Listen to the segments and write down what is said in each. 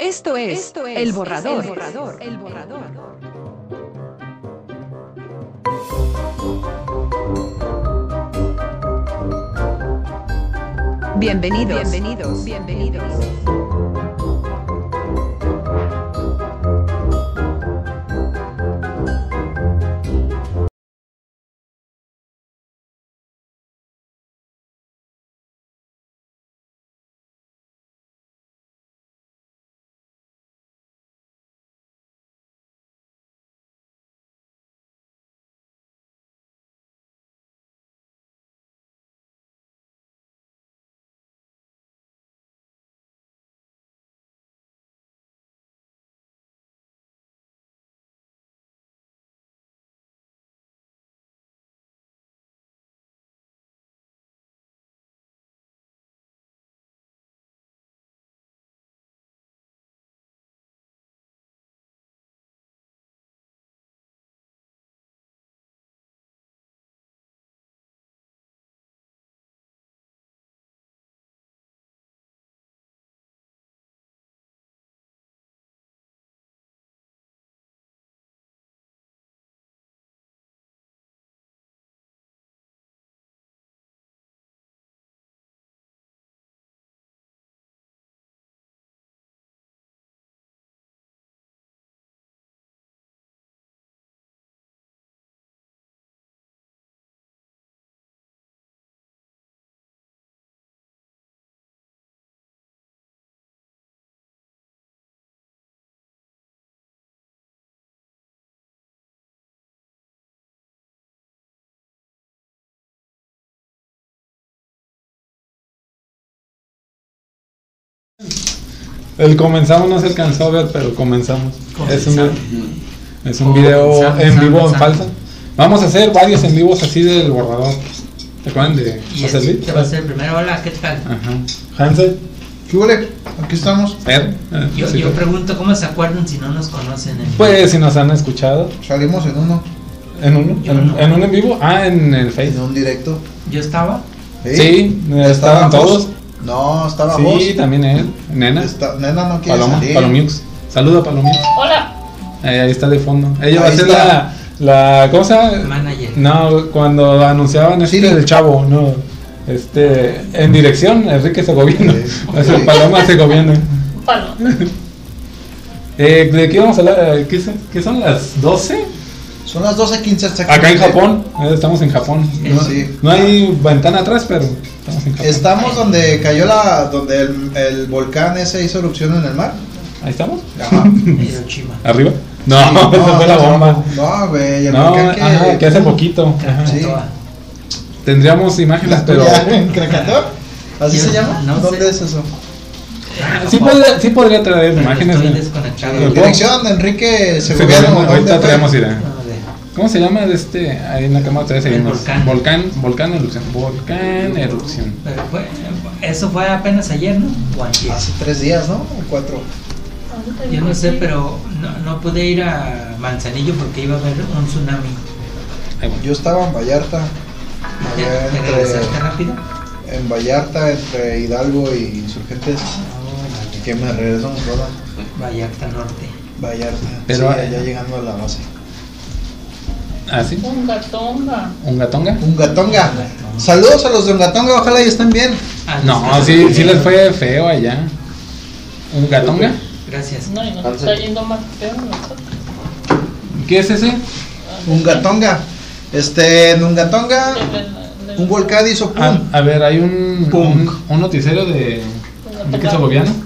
Esto es, Esto es el, borrador. El borrador. El borrador. Bienvenidos. Bienvenidos. Bienvenidos. El comenzamos no se alcanzó a ver, pero comenzamos. Es un, es un video Oh, Comenzamos, en vivo en comenzamos. falsa. Vamos a hacer varios en vivos así del borrador. ¿Te acuerdan de Y José este Luis? que va a ser el primero. Hola, ¿qué tal? Ajá. Hansel, ¿Qué huele? Aquí estamos. Fer. eh, Yo, sí, yo Fer. pregunto, ¿cómo se acuerdan si no nos conocen? eh? Pues si nos han escuchado. Salimos en uno, ¿En uno? Yo ¿En, no. en uno en vivo? Ah, en el en Facebook. un directo. Yo estaba. Sí, eh, estaban todos. vos? No, estaba vos. Sí, también él. Nena. Está- nena no quiere Paloma. salir. Palomiux. Saluda Palomiux. Hola. Eh, ahí está de fondo. Ella va a Ahí ser la, está. la. ¿Cómo se llama? Manager. No, cuando anunciaban este Sí. del chavo, no. Este, en dirección, Enrique Segoviano. Sí. O sea, Paloma Segoviano. Palo. Eh, ¿De qué vamos a hablar? Eh, ¿Qué, son- qué son las 12? Son las 12.15 Acá en exactamente. Japón. eh, estamos en Japón. No, Sí. no hay ventana atrás, pero estamos en Japón. Estamos donde cayó la. donde el, el volcán ese hizo erupción en el mar. ¿Ahí estamos? Ajá. Hiroshima. ¿Arriba? No, esa fue la no, bomba. No, güey, el No, volcán que. ajá, que hace poquito. Ajá. Sí. Krakatoa. Tendríamos imágenes, pero. Ya, en Krakatoa. ¿Así Sí, se llama? no ¿Dónde sé. es eso? Sí pues, eh. podría, sí podría traer Pero imágenes. Estoy ¿no? desconectado. Japón. Dirección de Enrique Sí, Segoviano. bueno, ahorita ¿dónde fue? traemos idea. No, de- ¿Cómo se llama de este? Ahí en la cámara 3 El seguimos. volcán. Volcán, volcán erupción. Volcán erupción. Pero fue, eso fue apenas ayer, ¿no? O antier. Hace tres días, ¿no? O cuatro. Yo no sé, pero no, no pude ir a Manzanillo porque iba a haber un tsunami. Ahí voy. Yo estaba en Vallarta. Allá ¿Te, te regresaste entre, rápido? en Vallarta, entre Hidalgo y Insurgentes. No, Que me regresó un sola. Vallarta Norte. Vallarta. Pero- sí, allá llegando a la base. Ah, sí. Tonga, tonga. ¿Ungatonga? Ungatonga. Saludos a los de Ungatonga, ojalá y estén bien. Ah, No, está sí, bien. sí les fue feo allá. ¿Ungatonga? Gracias. No, y nos está yendo más peor a nosotros. ¿Qué es ese? Ungatonga. Este, en Ungatonga, un volcán hizo pum. Ah, a ver, hay un, Punk. un, un noticiero de Enrique Segoviano.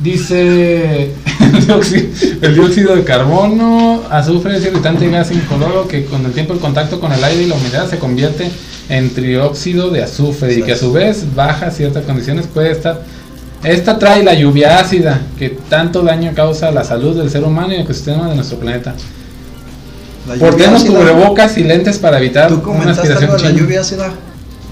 Dice el dióxido, el dióxido de carbono, azufre es irritante gas incoloro que con el tiempo el contacto con el aire y la humedad se convierte en trióxido de azufre y que a su vez baja ciertas condiciones puede estar esta trae la lluvia ácida que tanto daño causa a la salud del ser humano y el ecosistema de nuestro planeta. La lluvia Portemos ácida. cubrebocas y lentes para evitar Tú una comentaste aspiración algo de la china. lluvia ácida.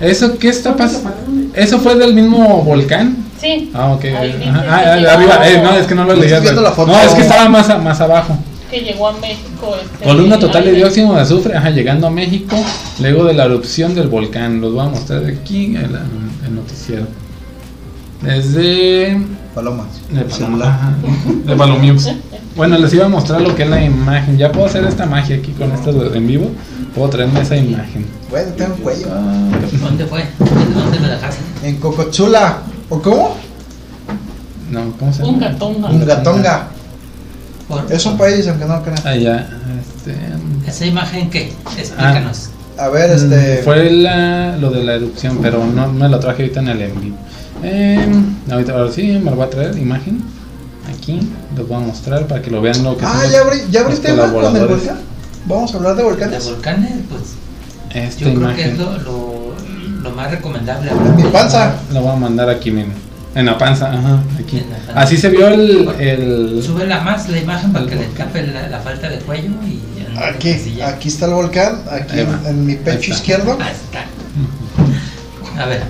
¿Eso qué está pasando? ¿Eso fue del mismo volcán? Sí. Ah, ok. Ahí Ajá. dice Ah, que ah, llegó- arriba. Eh, no, es que no lo Estoy leí. Pues viendo la foto. No, es que estaba más, a- más abajo. Que llegó a México. este, Columna total de aire. dióxido de azufre. Ajá, llegando a México. Luego de la erupción del volcán. Los voy a mostrar aquí en la- en el, noticiero. Es de. Paloma. De Celular. Paloma. De Palomiux. Bueno, les iba a mostrar lo que es la imagen. Ya puedo hacer esta magia aquí con esto de- en vivo. Puedo traerme esa imagen. Güey, tengo un cuello. ¿Dónde fue? ¿Dónde me dejaste? En Cocochula. ¿O cómo? No, ¿cómo se llama? Un gatón. Ungatonga. Por- Es un país, aunque no crean. Allá. Ah, Este. ¿Esa imagen qué? Ah. Explícanos. A ver, Mm, este. Fue la, lo de la erupción, pero no me lo traje ahorita en el envío. ahorita, ahora sí, me lo voy a traer, imagen. Aquí, los voy a mostrar para que lo vean lo que Ah, son los- ya abrí, ya abrí los tema con el colaboradores. volcán. Vamos a hablar de ¿De volcanes. volcanes? Pues Esta yo creo que imagen. es lo, lo, lo más recomendable. Mi panza. La voy a mandar aquí, miren. En la panza, ajá, aquí. En la panza. Así se vio el. el Sube la más la imagen para que le escape la, la falta de cuello y... Aquí, y ya. aquí está el volcán, aquí Ahí en, va. en mi Ahí pecho está. izquierdo. Ahí está. A ver,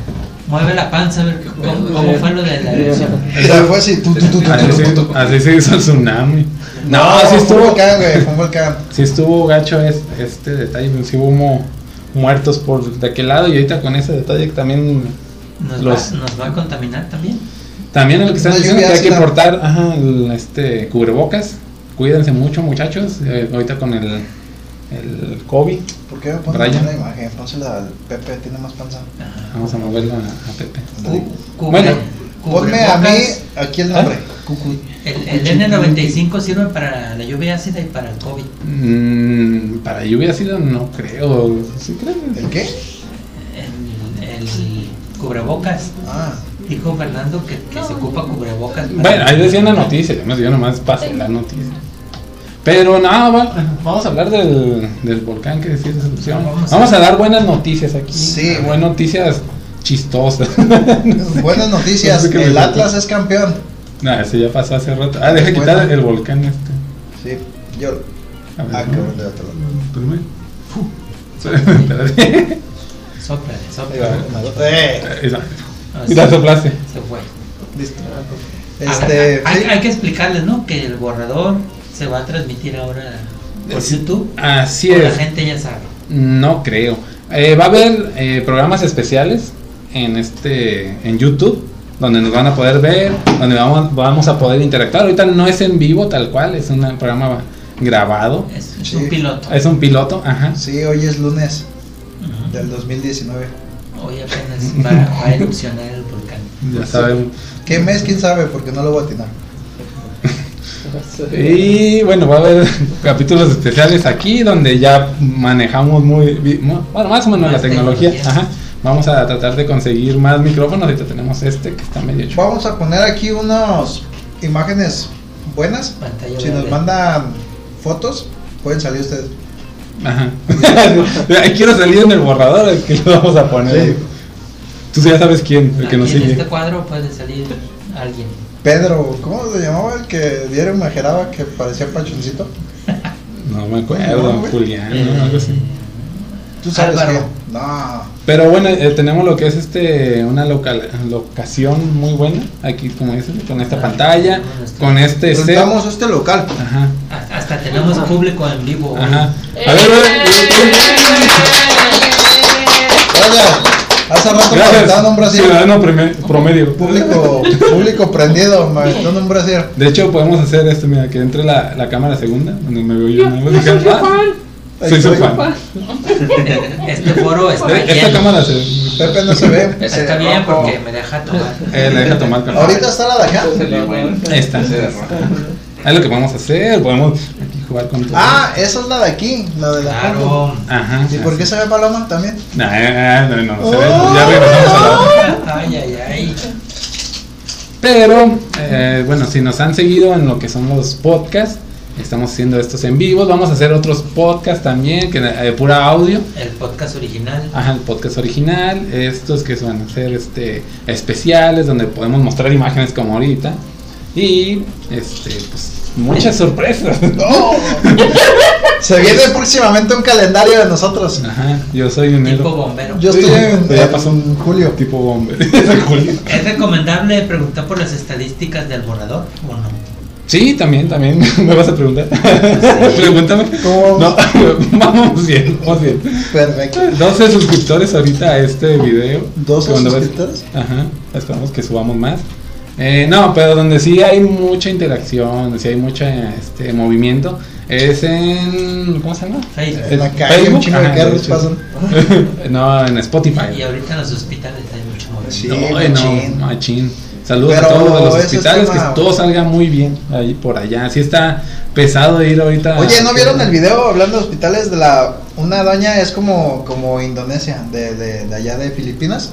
mueve la panza a ver cómo, eh, cómo fue lo de la erupción. O sea, fue así. tu, tu, tu, tu, así, tu, tu, se, tu. así se hizo el tsunami. No, así fue un estuvo. volcán, güey, fue un volcán. Sí estuvo gacho es- este detalle, sí hubo mo- muertos por de aquel lado y ahorita con ese detalle que también ¿Nos, Los- va, ¿Nos va a contaminar también? también Pues es lo que están Una diciendo que lluvia hay que ácida. portar ajá, el, este cubrebocas. Cuídense mucho muchachos, eh, ahorita con el el COVID. ¿Por qué me pones Brian. una imagen? Pónsela al Pepe, tiene más panza. Vamos a moverlo a, a Pepe. Ándale. Cubre- Bueno, Ponme a mí cubrebocas. aquí el nombre. ¿Ah? Cucu- El, el N95 sirve para la lluvia ácida y para el COVID. Mm, para lluvia ácida no creo. ¿Sí creen? ¿El qué? El, el cubrebocas. Ah, Dijo Fernando que, que se ocupa cubrebocas. para- Bueno, ahí decía una noticia, yo no sé, yo nomás pasé la noticia. Pero nada, va- vamos a hablar del, del volcán que decía esa erupción. Vamos a- Vamos a dar buenas noticias aquí. Sí. Buenas noticias chistosas. buenas noticias. No sé qué me El faltó. Atlas es campeón. Nada, eso ya pasó hace rato. Ah, deja quitar Bueno. el volcán este. Sí, yo. A Ah, cabrón, de otro lado. Primero. Fu. Espérate. Sóplale, Ahí va, sóplale. madre. Eh, Esa. Ah, Y la sí, soplaste. Se fue. listo. A Este. ver, hay, sí. hay que explicarles, ¿no? Que el borrador se va a transmitir ahora por Sí. YouTube. Así Pues la es. gente ya sabe. No creo. Eh, va a haber eh, programas especiales en este en YouTube donde nos van a poder ver, donde vamos, vamos a poder interactuar. Ahorita no es en vivo tal cual, es un programa grabado. Es, es Sí. un piloto. Es un piloto, ajá. Sí, hoy es lunes Ujú. del 2019. Hoy apenas va, va a erupcionar el volcán. Ya sabemos. ¿Qué mes? ¿Quién sabe? Porque no lo voy a atinar. Y bueno, va a haber capítulos especiales aquí donde ya manejamos muy, bi- mu- bueno, más o menos Más la tecnología. tecnología. Ajá. Vamos a tratar de conseguir más micrófonos. Ahorita tenemos este que está medio hecho. Vamos a poner aquí unas imágenes buenas. Pantalla Si nos verde. mandan fotos, pueden salir ustedes. Ajá. Quiero salir en el borrador, el que lo vamos a poner. Sí. Tú ya sabes Ah, quién, el que Aquí nos en sigue. este cuadro puede salir alguien. Pedro, ¿cómo se llamaba el que diario me jeraba que parecía pachoncito? No me acuerdo, No, güey. Julián, ¿no? algo así. Tú sabes Álvaro. que. No. Pero bueno, eh, tenemos lo que es este una local, locación muy buena. Aquí, como dices, con esta pantalla, Ah, con este set. Rentamos este local. Ajá, Hasta hasta tenemos público en vivo. hoy. ajá. A ¡Eh! ver, a ver. Gracias. Hace rato Gracias, presentaron un brasier. ciudadano prime- promedio. Público, público prendido, me aventaron un brasier. De hecho, podemos hacer esto, mira, que entre la, la cámara segunda, donde me veo yo. ¿no? Dije, ah, Soy su fan. Este foro está Eh, Esta lleno. cámara se. Pepe no se ve. Eso eh, está bien rojo. porque me deja tomar. Eh, le deja tomar con Ahorita está la de acá. Ahí está. Es lo que podemos hacer. Podemos aquí jugar con todo. Ah, esa es la de aquí, la de la foto. Claro. Ajá. ¿Y por qué se Oh. ve Paloma también? No, eh, no, no, no se ve. Ya regresamos a la. Ay, ay, ay. Pero, eh, bueno, si nos han seguido en lo que son los podcasts, estamos haciendo estos en vivo. Vamos a hacer otros podcasts también, que de pura audio. El podcast original. Ah, Ajá, el podcast original, estos que van a ser este, especiales, donde podemos mostrar imágenes como ahorita. Y, este, pues, muchas sorpresas. ¡No! se viene próximamente un calendario de nosotros. Ah. Ajá, yo soy un Tipo héroe. bombero. Yo estoy en, Pero ya pasó en un- julio. Tipo bomber. Es el Julio. ¿Es recomendable preguntar por las estadísticas del borrador o no? Sí, también, también. ¿Me vas a preguntar? Pregúntame. ¿Cómo? No, vamos bien, vamos bien. Perfecto. 12 suscriptores ahorita a este video. 12 Cuando ves- suscriptores. Ajá, esperamos que subamos más. Eh, no, pero donde sí hay mucha interacción, donde sí hay mucho este, movimiento, es en... ¿Cómo se llama? Facebook. En Eh, la calle, Facebook, un chingo de ajá, de carros hecho. pasan. no, en Spotify. Y ahorita en los hospitales hay mucho movimiento. Sí, no, eh, machín. no, machín. Saludos Pero a todos los de los ese es hospitales, que tema- todo salga muy bien ahí por allá. Sí está pesado ir Ah, ahorita. Oye, ¿no vieron el video hablando de hospitales de la una doña es como como Indonesia, de, de, de allá de Filipinas?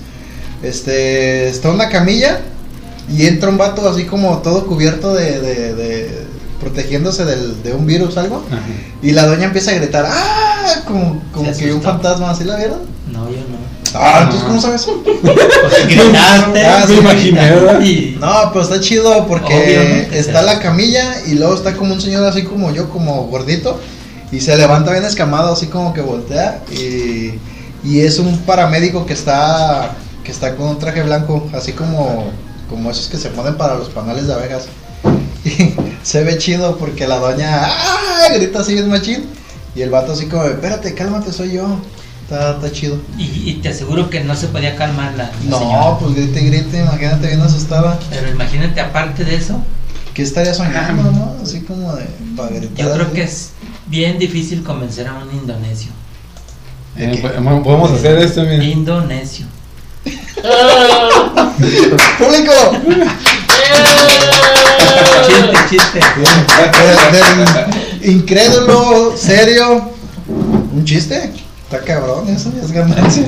Este, está una camilla y entra un vato así como todo cubierto de, de, de- protegiéndose del, de un virus algo Ah. Ajá. y la doña empieza a gritar, "Ah", como como Se que un asustó. fantasma, ¿sí la vieron? No, yo no. Ah, No. entonces ¿cómo sabes? Porque gritaste. Ah, sí, Pues gritaste imaginé, ¿verdad? y- No, pero está chido porque Obviamente está será. la camilla y luego está como un señor así como yo, como gordito, y se levanta bien escamado, así como que voltea, y, y es un paramédico que está, que está con un traje blanco, así como, como esos que se ponen para los panales de abejas. Y se ve chido porque la doña ¡ah! grita así bien machín, y el vato así como, espérate, cálmate, soy yo. Está, está chido. Y, y te aseguro que no se podía calmar la, la No, señora. pues grite, grite, imagínate bien asustada. Pero imagínate, aparte de eso, ¿Qué estaría soñando, no? Así como de para gritar. yo creo que es bien difícil convencer a un indonesio. Eh, po- podemos hacer esto, mira. Indonesio. Ah, ¡Público! Chiste, chiste. eh. Del- del incrédulo, serio. ¿Un chiste? Está cabrón, eso ya es ganancia.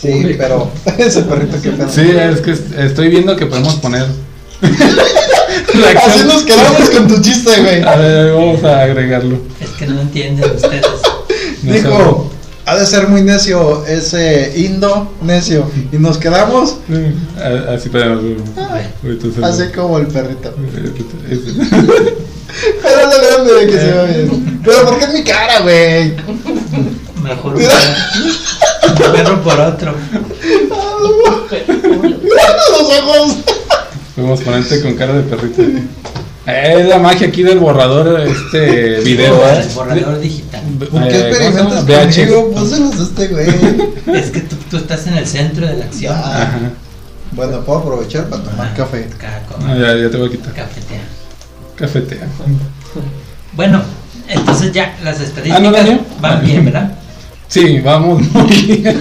Sí, Público. pero ese perrito que pedo. Sí, eh. es que est- estoy viendo que podemos poner. reacción. Así nos quedamos con tu chiste, güey. A ver, vamos a agregarlo. Es que no entienden ustedes. No Dijo, ha de ser muy necio ese indo necio. Y nos quedamos sé. A- Así, pero. ahorita se- Ah. así como el perrito. Este- Pero lo grande de que se va bien. Pero ¿por qué es mi cara, güey? Mejor un perro- un perro por otro. los ojos! Podemos ponerte con cara de perrito. Eh, Es la magia aquí del borrador, este video. ¿eh? El borrador digital. Eh, ¿Por qué experimentas ¿cómo se llama? VHS. conmigo? Pónselos a este güey. Es que tú, tú estás en el centro de la acción. Ah, Ajá. Bueno, puedo aprovechar para tomar Ah, café. Caracol. No, ya, ya te voy a quitar. Cafetea. Cafetea. Bueno, entonces ya las estadísticas Ah, ¿no, Daniel? van bien, ¿verdad? Sí, vamos muy bien.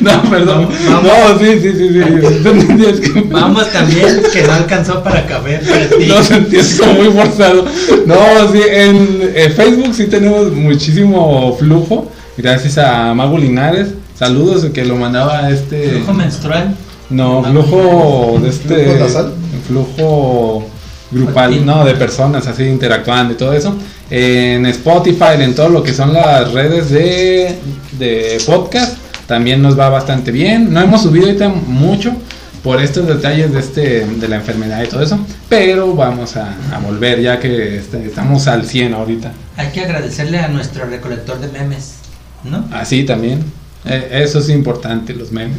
No, perdón. Vamos. No, sí, sí, sí, sí. Tú entendías que- Vamos también, que no alcanzó para café para ti. No sentías como muy forzado. No, sí, en eh, Facebook sí tenemos muchísimo flujo. Gracias a Mago Linares. Saludos que lo mandaba este. Flujo menstrual. No, Mago flujo de este. ¿Flujo nasal? Flujo Activo. grupal, no, de personas así interactuando y todo eso. En Spotify, en todo lo que son las redes de, de podcast, también nos va bastante bien. No hemos subido ahorita mucho por estos detalles de este de la enfermedad y todo eso, pero vamos a, a volver ya que este, estamos al 100 ahorita. Hay que agradecerle a nuestro recolector de memes, ¿no? Así también. Eh, eso es importante, los memes.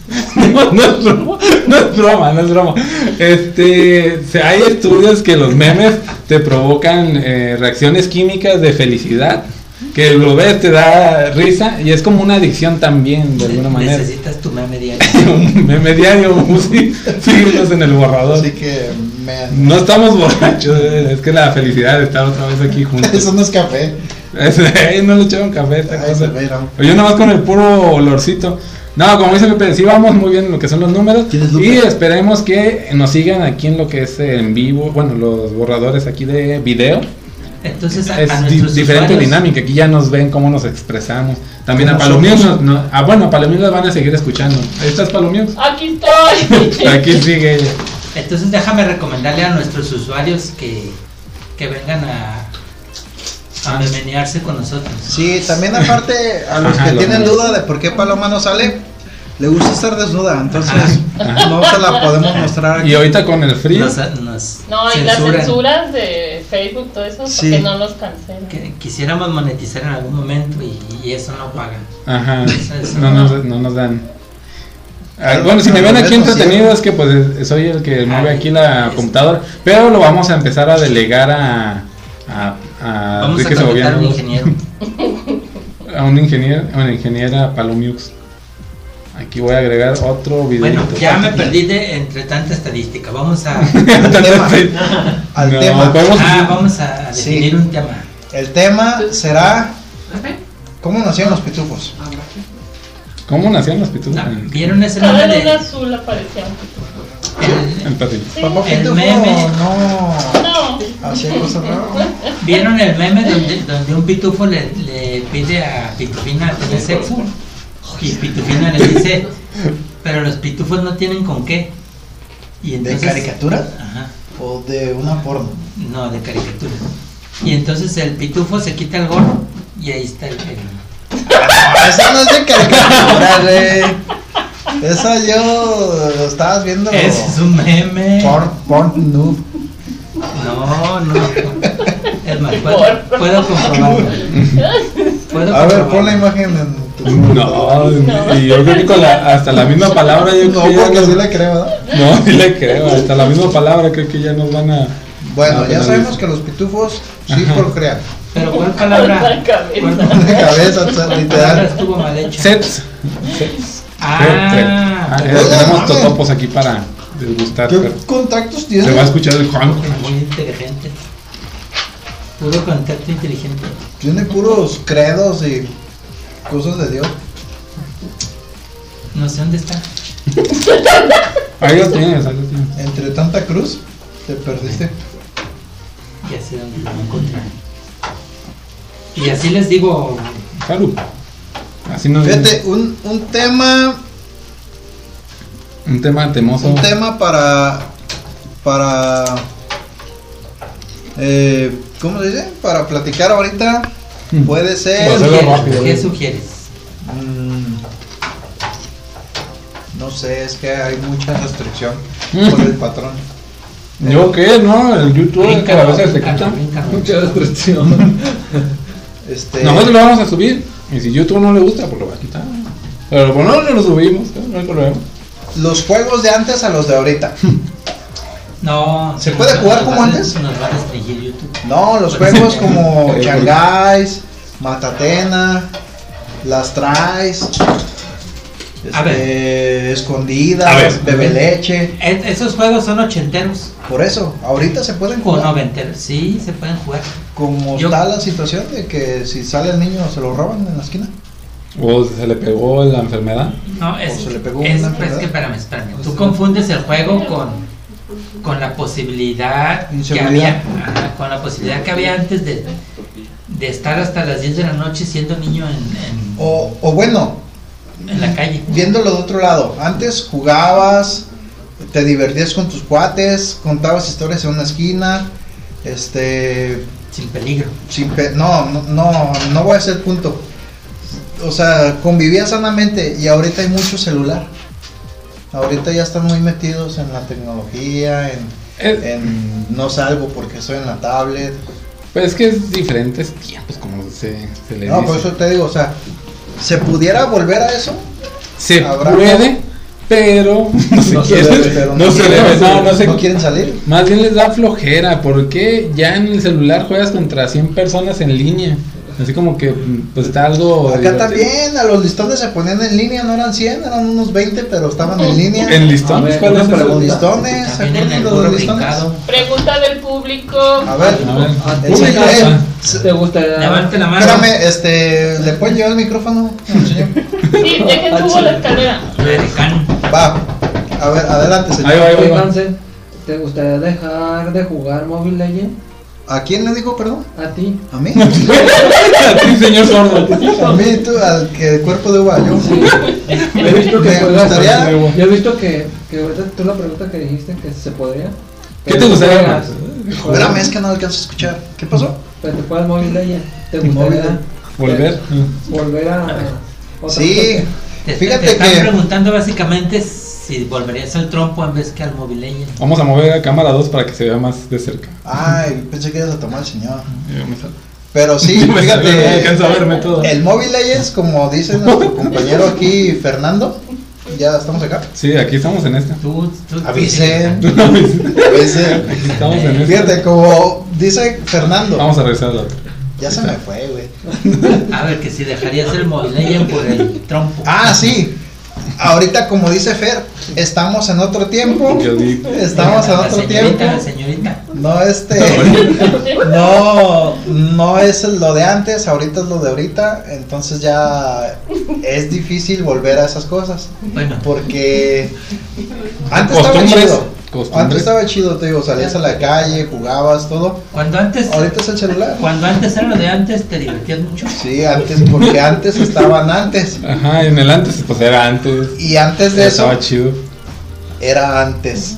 no, no es broma, no es broma, no es broma. Este, se- hay estudios que los memes te provocan eh, reacciones químicas de felicidad, que lo ves, te da risa y es como una adicción también, de alguna Ne- manera. Necesitas tu meme diario. Un meme diario, sí, síguenos en el borrador. Así que me. No estamos borrachos, eh, es que la felicidad de estar otra vez aquí juntos. Eso no es café. Ese, no le echaron café a esta Ay, cosa. se vieron. Oye, Yo nomás con el puro olorcito. No, como dice Pepe, sí vamos muy bien en lo que son los números. ¿Quién es Lupe? Y esperemos que nos sigan aquí en lo que es eh, en vivo, bueno, los borradores aquí de video. Entonces, a, a Es di- nuestros diferente usuarios, dinámica, aquí ya nos ven cómo nos expresamos. También a ¿Cómo Palomíos, somos? nos- no- ah, bueno, a Palomíos las van a seguir escuchando. Ahí estás, Palomíos. Aquí estoy. Ah. Aquí sigue ella. Entonces, déjame recomendarle a nuestros usuarios que, que vengan a, a memenearse con nosotros. Sí, también aparte, a los Ajá, que lo tienen mismo. duda de por qué Paloma no sale, le gusta estar desnuda, entonces Ajá. no se la podemos mostrar Y aquí. ahorita con el frío. Nos, nos No, y las censuran. censuras de Facebook, todo eso, Sí. porque no los cancelan. Que quisiéramos monetizar en algún momento y, y eso no paga. Ajá. Eso es- No nos, no nos dan. Ah, Bueno, si me ven aquí entretenido es que pues soy el Ah, que mueve aquí este. la computadora, pero lo vamos a empezar a delegar a, a, Ah, a Vamos a pues Enrique contratar a un Segoviano, ingeniero. a un ingeniero, a una ingeniera Palomiux. Aquí voy a agregar otro video. Bueno, ya me perdí de entre tanta estadística. Vamos a. Al tema. Al No, tema. podemos- Ah, vamos a Sí. definir un tema. El tema será ¿Cómo nacieron los pitufos? ¿Cómo nacían los pitufos? No, En- Ah, ¿Vieron ese Todo nombre en un de.? azul aparecía un pitufo. en Tatil. Sí. Papá El pitufo, meme. no. No. Hacía cosas raras. ¿Vieron el meme donde, donde un pitufo le, le pide a Pitufina tener sexo? Y Pitufina le dice, pero los pitufos no tienen con qué. Y ¿De entonces, caricatura? Ajá, ¿O de una porno? no, de caricatura. Y entonces el pitufo se quita el gorro y ahí está el el- Ah, Esa no es de caricatura, güey. Esa yo lo estabas viendo. Ese es un meme. Porn, porn noob. No, no. Es más, puedo, Por. puedo comprobarlo. Puedo A ver, comprobarlo. pon la imagen en tu No, y yo creo que con la, hasta la misma palabra yo No, creo que ya porque nos- sí la creo, ¿verdad? No, sí le creo, hasta la misma palabra creo que ya nos van a... Bueno, a ya penalizar. sabemos que los pitufos sí Ajá. procrean. Pero ¿cuál palabra? Con la cabeza. ¿Cuál De palabra cabeza, o sea, literal. estuvo mal hecha? Sets. Sets. Creo, creo. Ah, Ah, eh, tenemos totopos aquí para desgustar. ¿Qué pero contactos Se tienes? va a escuchar el Juan. muy inteligente. Puro contacto inteligente. Tiene puros credos y cosas de Dios. No sé dónde está. Ahí lo tienes, ahí lo tienes. Entre tanta cruz, te perdiste. Y así dónde lo encontré. Y así les digo. Salud. Así nos Fíjate, un, un tema. Un tema temoso. Un tema para. Para. eh, ¿Cómo se dice? Para platicar ahorita. Mm. Puede Va a ser. ser- ¿Qué, rápido, qué eh. sugieres? mm, no sé, es que hay mucha restricción por el patrón. Mm. Eh, ¿Yo qué? ¿No? El YouTube es que a veces se Bríncalo, quita. bríncalo. Mucha destrucción. Este, Nosotros lo vamos a subir. Y si YouTube no le gusta, pues lo va a quitar. Pero bueno, no lo subimos, ¿eh? no hay problema. los juegos de antes a los de ahorita. Mm. No. ¿Se nos puede va- jugar nos como va a- antes? Nos va a restringir YouTube. No, los juegos Eh, como Changáis, Matatena, Las Traes, A ver. este, A ver. Escondidas, Bebe Leche. Es- E-, esos juegos son ochenteros Por eso, ahorita se pueden o jugar. noventeros. Sí, se pueden jugar. Como Yo- está la situación de que si sale el niño se lo roban en la esquina. O se le pegó la enfermedad. No, es, se le pegó es, una es Pues enfermedad. que espérame, espérame. Tú confundes el juego con, con la posibilidad que Inseguridad. había, ajá, con la posibilidad que había antes de, de estar hasta las 10 de la noche siendo niño en, O, o bueno, en, en la calle. viéndolo de otro lado, antes jugabas, te divertías con tus cuates, contabas historias en una esquina, este, Sin peligro. sin pe- no, no, no, no voy a hacer punto. O sea, convivía sanamente y ahorita hay mucho celular. Ahorita ya están muy metidos en la tecnología, en, Es- Eh. en no salgo porque estoy en la tablet. Pues es que es diferentes tiempos, como se, se le No, pues dice. por eso te digo, o sea, ¿se pudiera volver a eso? Se Habrá- puede, pero no se quiere. pero no se debe, no, no se no quieren salir. Más bien les da flojera, porque ya en el celular juegas contra 100 personas en línea. Así como que mm, pues está algo. Acá divertido. también, a los listones se ponían en línea, no eran 100, eran unos 20, pero estaban en línea. En listón, A ver, ¿cuál una es el pregunta. listones, ¿se También en el acuerdan Eh, de los burro listones? brincado. Pregunta del público. A ver, A ver. Ah, el señor- ah, eh, ¿Te gustaría? Levante la mano. Espérame, este, ¿le pueden llevar el micrófono? al señor? Sí, dejen subo la escalera. Le dejan. Va, a ver, adelante, Ah, Ahí va, señor. ahí va, ahí va. Fíjense, ¿Te gustaría dejar de jugar Mobile Legend? ¿A quién le dijo, perdón? ¿A ti? ¿A mí? A ti, señor sordo. A mí, tú, al que cuerpo de uva, yo. Yo he visto que Me juegas- gustaría- Yo he visto que, que ahorita tú la pregunta que dijiste que se podría. ¿Qué que te gustaría juegas- más? juegas- Espérame, es que no alcanzo a escuchar. ¿Qué pasó? Pero te juegas Mobile Legend. ¿Te gustaría Mobile. Volver. volver a. otra Sí, cosa? Te, Fíjate te están que- preguntando básicamente si volverías al trompo en vez que al mobileño. Vamos a mover la cámara 2 para que se vea más de cerca. ay, pensé que ibas a tomar al señor. Yo me salgo. Pero sí, Me salgo, no fíjate. alcanzo a verme todo. El Mobile Legends, como dice nuestro compañero aquí Fernando, ¿Ya estamos acá? Sí, aquí estamos en esta. Tú, tú, tú- Avisen. Estamos A veces. en esta. Fíjate, como dice Fernando. Vamos a regresar a la otra. Ya se me fue, güey. A ver, que si dejarías el Mobile por el trompo. Ah, sí. Ahorita, como dice Fer, estamos en otro tiempo. Yo di- Estamos en La otro señorita, tiempo. La señorita. No, este. No, no es lo de antes, ahorita es lo de ahorita. Entonces ya es difícil volver a esas cosas. Bueno, Porque antes estaba Costumbres, chido. costumbres. Antes estaba chido, te digo, salías a la calle, jugabas, todo. cuando antes, Ahorita es el celular. cuando antes era lo de antes, te divertías mucho. Sí, antes, porque antes estaban antes. Ajá, en el antes, pues era antes. Y antes de eso Estaba chido. era antes.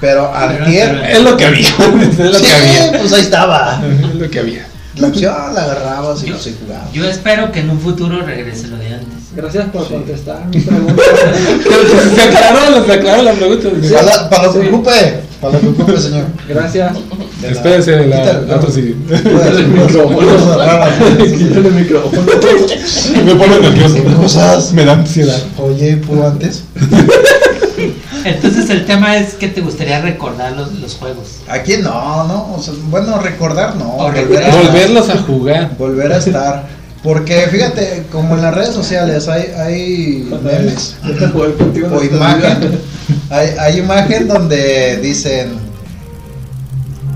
Pero antier. Es lo que había. Es lo Sí, que había. pues ahí estaba. Es lo que había. La opción la agarrabas y se jugaba. Yo espero que en un futuro regrese lo de antes. Gracias por contestar mi pregunta. pues, Se aclaró, se aclaró la pregunta. Para, la- para lo que Sí. ocupe, para lo que ocupe, señor. Gracias. De nada. Espérese, la, Quítale, la otra sí. Quítale el micrófono. Quítale el micrófono. Me pone nervioso. Cosas. Me da ansiedad. Oye, ¿pudo antes? Entonces el tema es que te gustaría recordar los, los juegos. Aquí no, no. o sea, bueno, recordar no. O volver a recordar. estar. Volverlos a jugar. Volver a estar. Porque fíjate, como en las redes sociales hay, hay memes Yo te jugué contigo en o esta imagen. vida. Hay, hay imagen donde dicen.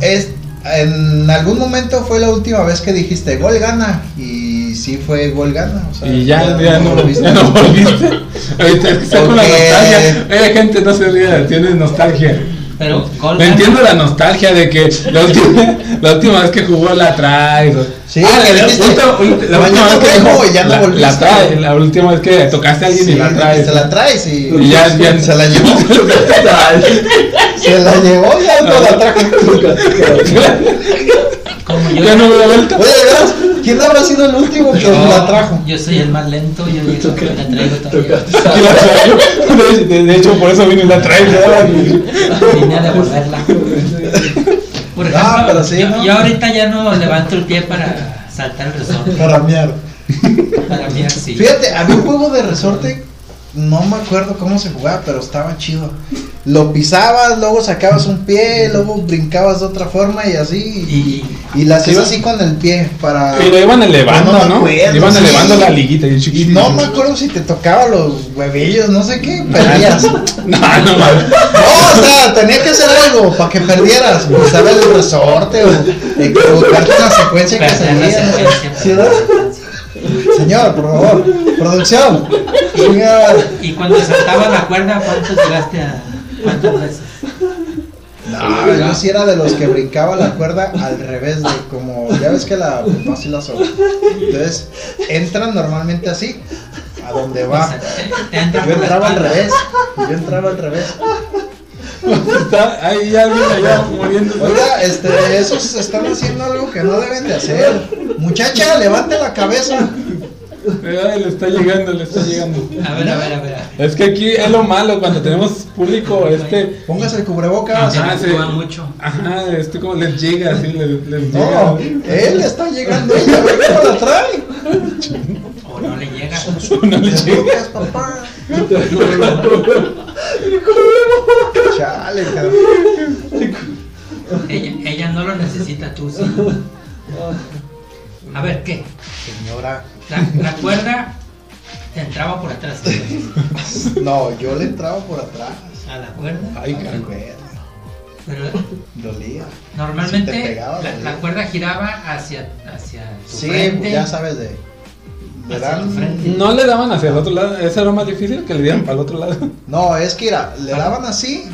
Es, en algún momento fue la última vez que dijiste gol gana. Y sí fue gol gana. o sea, Y ya, ya no, volviste. ya no volviste. Ahorita es que está con la Ok. nostalgia. Eh, gente, no se ría, tienes nostalgia. Pero Golgan, Me entiendo la nostalgia de que la última, la última vez que jugó la traes. o- Sí, Ah, que la, dijiste, última- la última "Mañana vez que juego", jugó, y ya no la- volviste. la traes, la última vez que tocaste a alguien Sí, y la traes. Se la traes y, y ya, ya- se la llevó. se la llevó y ya no la trajo. como yo, ya no me da vuelta. Oye, ¿verdad? ¿quién habrá sido el último que yo- la trajo? Yo soy el más lento, yo llego, la traigo todavía. Tocaste esa- Y la traigo. De, de- de hecho, por eso vine y la traes. ¿verdad? Vine a devolverla. Por ejemplo, No, Ah, pero sí, yo, ¿no? yo ahorita ya no levanto el pie para saltar el resorte. Para mear. Para mí así. Fíjate, había un juego de resorte, no me acuerdo cómo se jugaba, pero estaba chido. Lo pisabas, luego sacabas un pie, luego brincabas de otra forma y así. Y Y, y la hacías Iba- así con el pie para. Y lo iban elevando, No me ¿no? acuerdo, iban sí. elevando la liguita. Y, el Y chiquito. no me acuerdo si te tocaba los huevillos, no sé qué, perdías. No, No, no, mames. o sea, tenía que hacer algo para que perdieras. Usar el resorte o equivocarte en la secuencia que perder la seguía. ¿no? secuencia. Sí, perder la ¿verdad? secuencia. Señor, por favor, producción. Señor. Y cuando saltaba la cuerda, ¿cuántos llegaste a.? ¿Cuántas veces? No, yo sí era de los que brincaba la cuerda al revés de como, ya ves que la pompa sí la sobra. Entonces, entran normalmente así, a donde O va. sea, te- te entra Yo por la entraba al espalda. revés, yo entraba al revés. Está ahí ya, mira, ya muriendo. Oiga, este, esos están haciendo algo que no deben de hacer. Muchacha, levante la cabeza. Ay, le está llegando, le está llegando. A ver, a ver, a ver. a ver. Es que aquí es lo malo cuando tenemos público, este. Póngase el cubrebocas. Ya Ah, me sí. juega mucho. Ajá, este como les llega, así les, les No, llega. él está llegando, ella ve cómo la trae. O no le llega. No les llega. Cubrebocas, papá. Chale, cabrón. Ella, ella no lo necesita, tú sí. A ver, ¿qué? Señora. La, la cuerda te entraba por atrás. ¿sí? No, yo le entraba por atrás. A la cuerda. Ay, güey, Pero Dolía. normalmente Si te pegaba, la, la dolía. cuerda giraba hacia, hacia tu Sí, frente. ya sabes de. de Hacia tu dan- frente. No le daban hacia el otro lado, eso era más difícil que le dieran para el otro lado. No, es que era, le daban así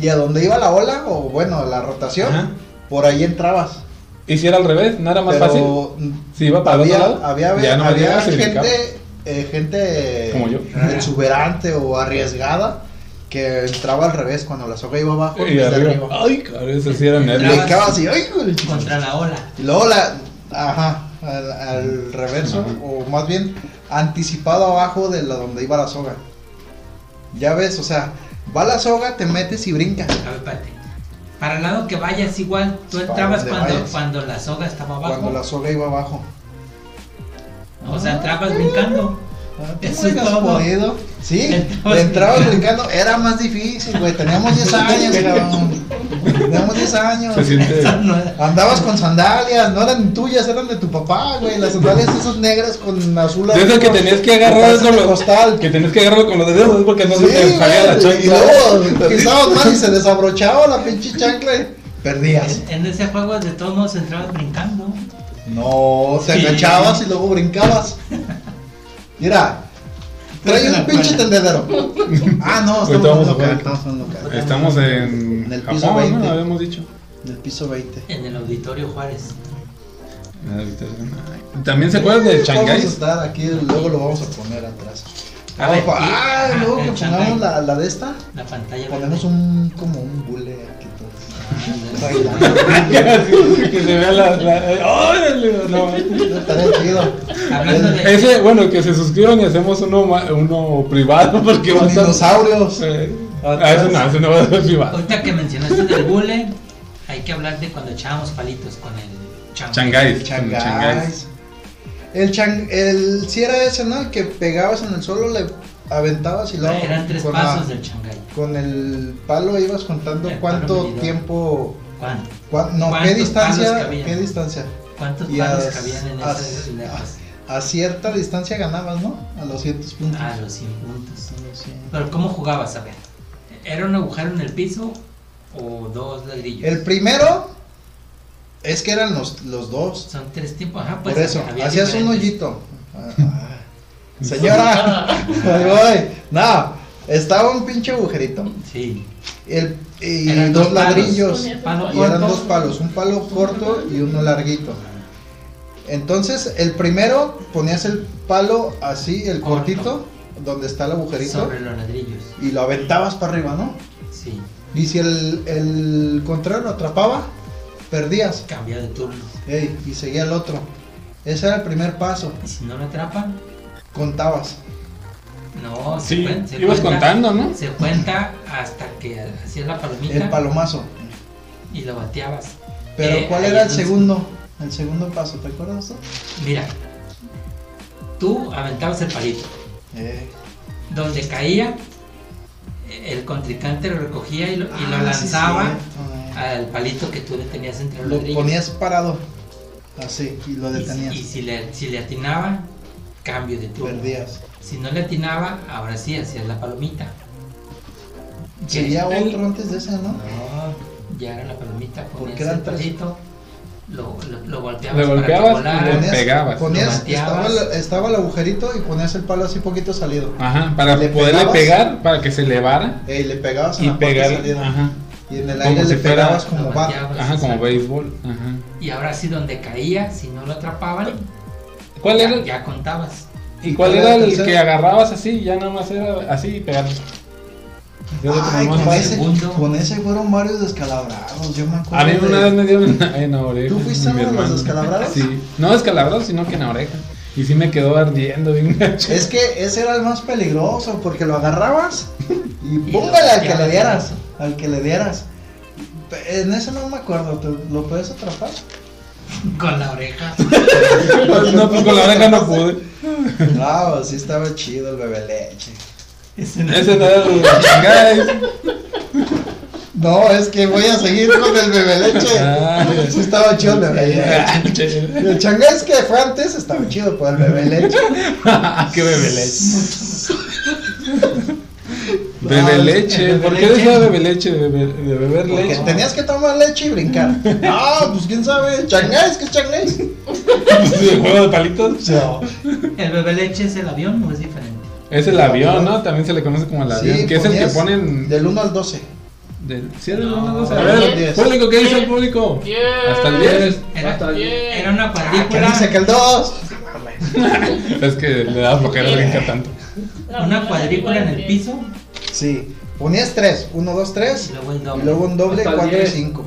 y a donde iba la ola, o bueno, la rotación, Ajá. por ahí entrabas. Y si era al revés, no era más fácil. Pero mm, Si iba para el había, otro lado, había, ya no había llegaba, se brincaba. gente, eh, gente Como yo. exuberante o arriesgada que entraba al revés cuando la soga iba abajo Y desde arriba. Ay, cabrón, eso sí era Le nervio. Entraba. brincaba así, ¡ay, güey! Contra la ola. Y luego la. Ajá, al, al reverso, Ajá. o más bien anticipado abajo de la donde iba la soga. Ya ves, o sea, va la soga, te metes y brincas. A ver, espérate. Para el lado que vayas igual, tú Para entrabas donde cuando, vayas. cuando la soga estaba abajo. Cuando la soga iba abajo. O sea, entrabas brincando. Ah, Eso es ¿cómo hubieras todo. podido? Sí, Entrabas- le entrabas brincando, era más difícil, güey. Teníamos 10 años, cabrón. Teníamos 10 años. Se siente. Eso no era. Andabas con sandalias, no eran tuyas, eran de tu papá, güey. Las sandalias esas negras con azul. De esas que arriba, tenías que agarrar parecen con de los costal. Que tenías que agarrarlo con los dedos porque no Sí, se te salía la güey, y chancla. luego pisabas mal y se desabrochaba la pinche chancla y perdías. En, en ese juego de todos modos entrabas brincando. No, te Sí. agachabas y luego brincabas. Mira, trae un pinche tendedero. Ah, no, Ahorita estamos vamos a jugando acá, jugar. estamos jugando acá. Estamos en, En el piso Japón, 20. ¿no? Habíamos dicho. Del piso 20. En el auditorio Juárez. También se acuerdan Eh, de Vamos a Shanghai. estar aquí, luego lo vamos a poner atrás. A Vamos ver, pa- y- ah, ah, luego que el Shanghai. pongamos la, la de esta, La pantalla. ponemos verde. un como un bule aquí todo. que se vea la. la- ¡Órale! No. Estaría chido. Hablando de. Ese, bueno, que se suscriban y hacemos uno, ma- uno privado porque va a Con estar. dinosaurios. Eh, ah, eso no, eso no va a ser privado. Ahorita que mencionaste del bule, hay que hablar de cuando echábamos palitos con el chango. Shanghai. El changáis. El chang, el si era ese, ¿no? El que pegabas en el suelo, le aventabas y luego Eran tres con la- pasos del changai. con el palo ibas contando El palo cuánto medidor. tiempo, ¿Cuán- cuán- no, ¿Cuántos qué palos distancia, cabían? qué distancia. ¿Cuántos Y palos as- cabían en as- esas letras? A cierta distancia ganabas, ¿no? A los cientos puntos. Ah, los 100 puntos. A los cien. Pero ¿cómo jugabas? A ver, ¿era un agujero en el piso o dos ladrillos? El primero es que eran los, los dos. Son tres tipos, ajá, pues. Por eso, había hacías un diferentes. hoyito. Ah, ah. Señora, ahí voy. No, estaba un pinche agujerito. Sí. El, y Eran dos dos palos. ladrillos. Palo Y eran corto. dos palos, un palo corto y uno larguito. Entonces, el primero ponías el palo así, el Corto. cortito, donde está el agujerito, Sobre los ladrillos. y lo aventabas para arriba, ¿no? Sí. Y si el, el contrario lo atrapaba, perdías. Cambió de turno. Ey, y seguía el otro. Ese era el primer paso. Y si no lo atrapan, Contabas. no. se Sí, cuen- se ibas cuenta- contando, ¿no? Se cuenta hasta que hacías la palomita El palomazo. y lo bateabas. Pero Eh, ¿cuál ahí era el es donde- segundo? El segundo paso, ¿te acuerdas? tú? Mira, tú aventabas el palito. Eh, Donde caía, el contrincante lo recogía y lo, y lo ah, sí, lanzaba. cierto, eh. al palito que tú le tenías entre los Lo ladrillos. ponías parado. Así, y lo y, si- detenías. y si le, si le atinaba, cambio de turno. Perdías. Si no le atinaba, ahora sí hacías la palomita. Sería el- otro antes de ese, ¿no? No, ya era la palomita, ponías eran el tres. palito, lo, lo, lo golpeabas, Le para que golpeabas y volara, le pegabas. ponías- Ah, Lo estaba, bateabas. el, estaba el agujerito y ponías el palo así poquito salido. Ajá, para ¿Le poderle pegabas? pegar, para que se elevara Y le pegabas en y la parte pegar. salida. Ajá, Y en el Como aire si le fuera- pegabas lo como bat. bateabas, ajá, como exacto. béisbol. Ajá. Y ahora sí, donde caía, si no lo atrapaban, ¿Cuál ya, era, ya contabas. ¿Y cuál era el tercero? que agarrabas así? Ya nada más era así y pegar. Yo lo Ay, tomé más con, fácil. ese, Segundo. con ese fueron varios descalabrados, yo me acuerdo. A mí de- una vez me dieron en la oreja. ¿Tú fuiste mi uno de los hermano. descalabrados? Sí. No descalabrados, sino que en la oreja. Y sí me quedó ardiendo bien gacho. Es que ese era el más peligroso porque lo agarrabas y lo póngale al que le pateabas. dieras, al que le dieras. En ese no me acuerdo, ¿te- ¿lo puedes atrapar? Con la oreja. No, pues con la oreja no pude. No, pues sí estaba chido el bebé leche. Ese no- Ese no era el Shanghai. No, es que voy a seguir con el bebé leche. Ah, Sí estaba chido el bebé leche. Ah, che. El changués que fue antes estaba chido por el bebé leche. Ah, Qué bebe leche. Bebe leche. ¿Por qué decía bebe leche de beber, de beber Porque leche? tenías que tomar leche y brincar. Ah, pues quién sabe, changués, ¿qué es changués? ¿El juego de palitos? No. ¿El bebé leche es el avión o es diferente? Es el avión, ¿no? También se le conoce como el avión. Sí, que es el que ponías ponen. Del 1 al 12. del- ¿Sí era el No, uno, dos? A del ver, Ah, diez. público, ¿qué dice el público? Diez. Hasta el 10. Era, Hasta el- era una ¿Qué cuadrícula. dice Ah, que el 2? Es que le da flojera brincar tanto. una cuadrícula en el piso Sí. Ponías 3. 1, 2, 3. y luego el Y doble. luego un doble, Hasta el 4 y diez. 5.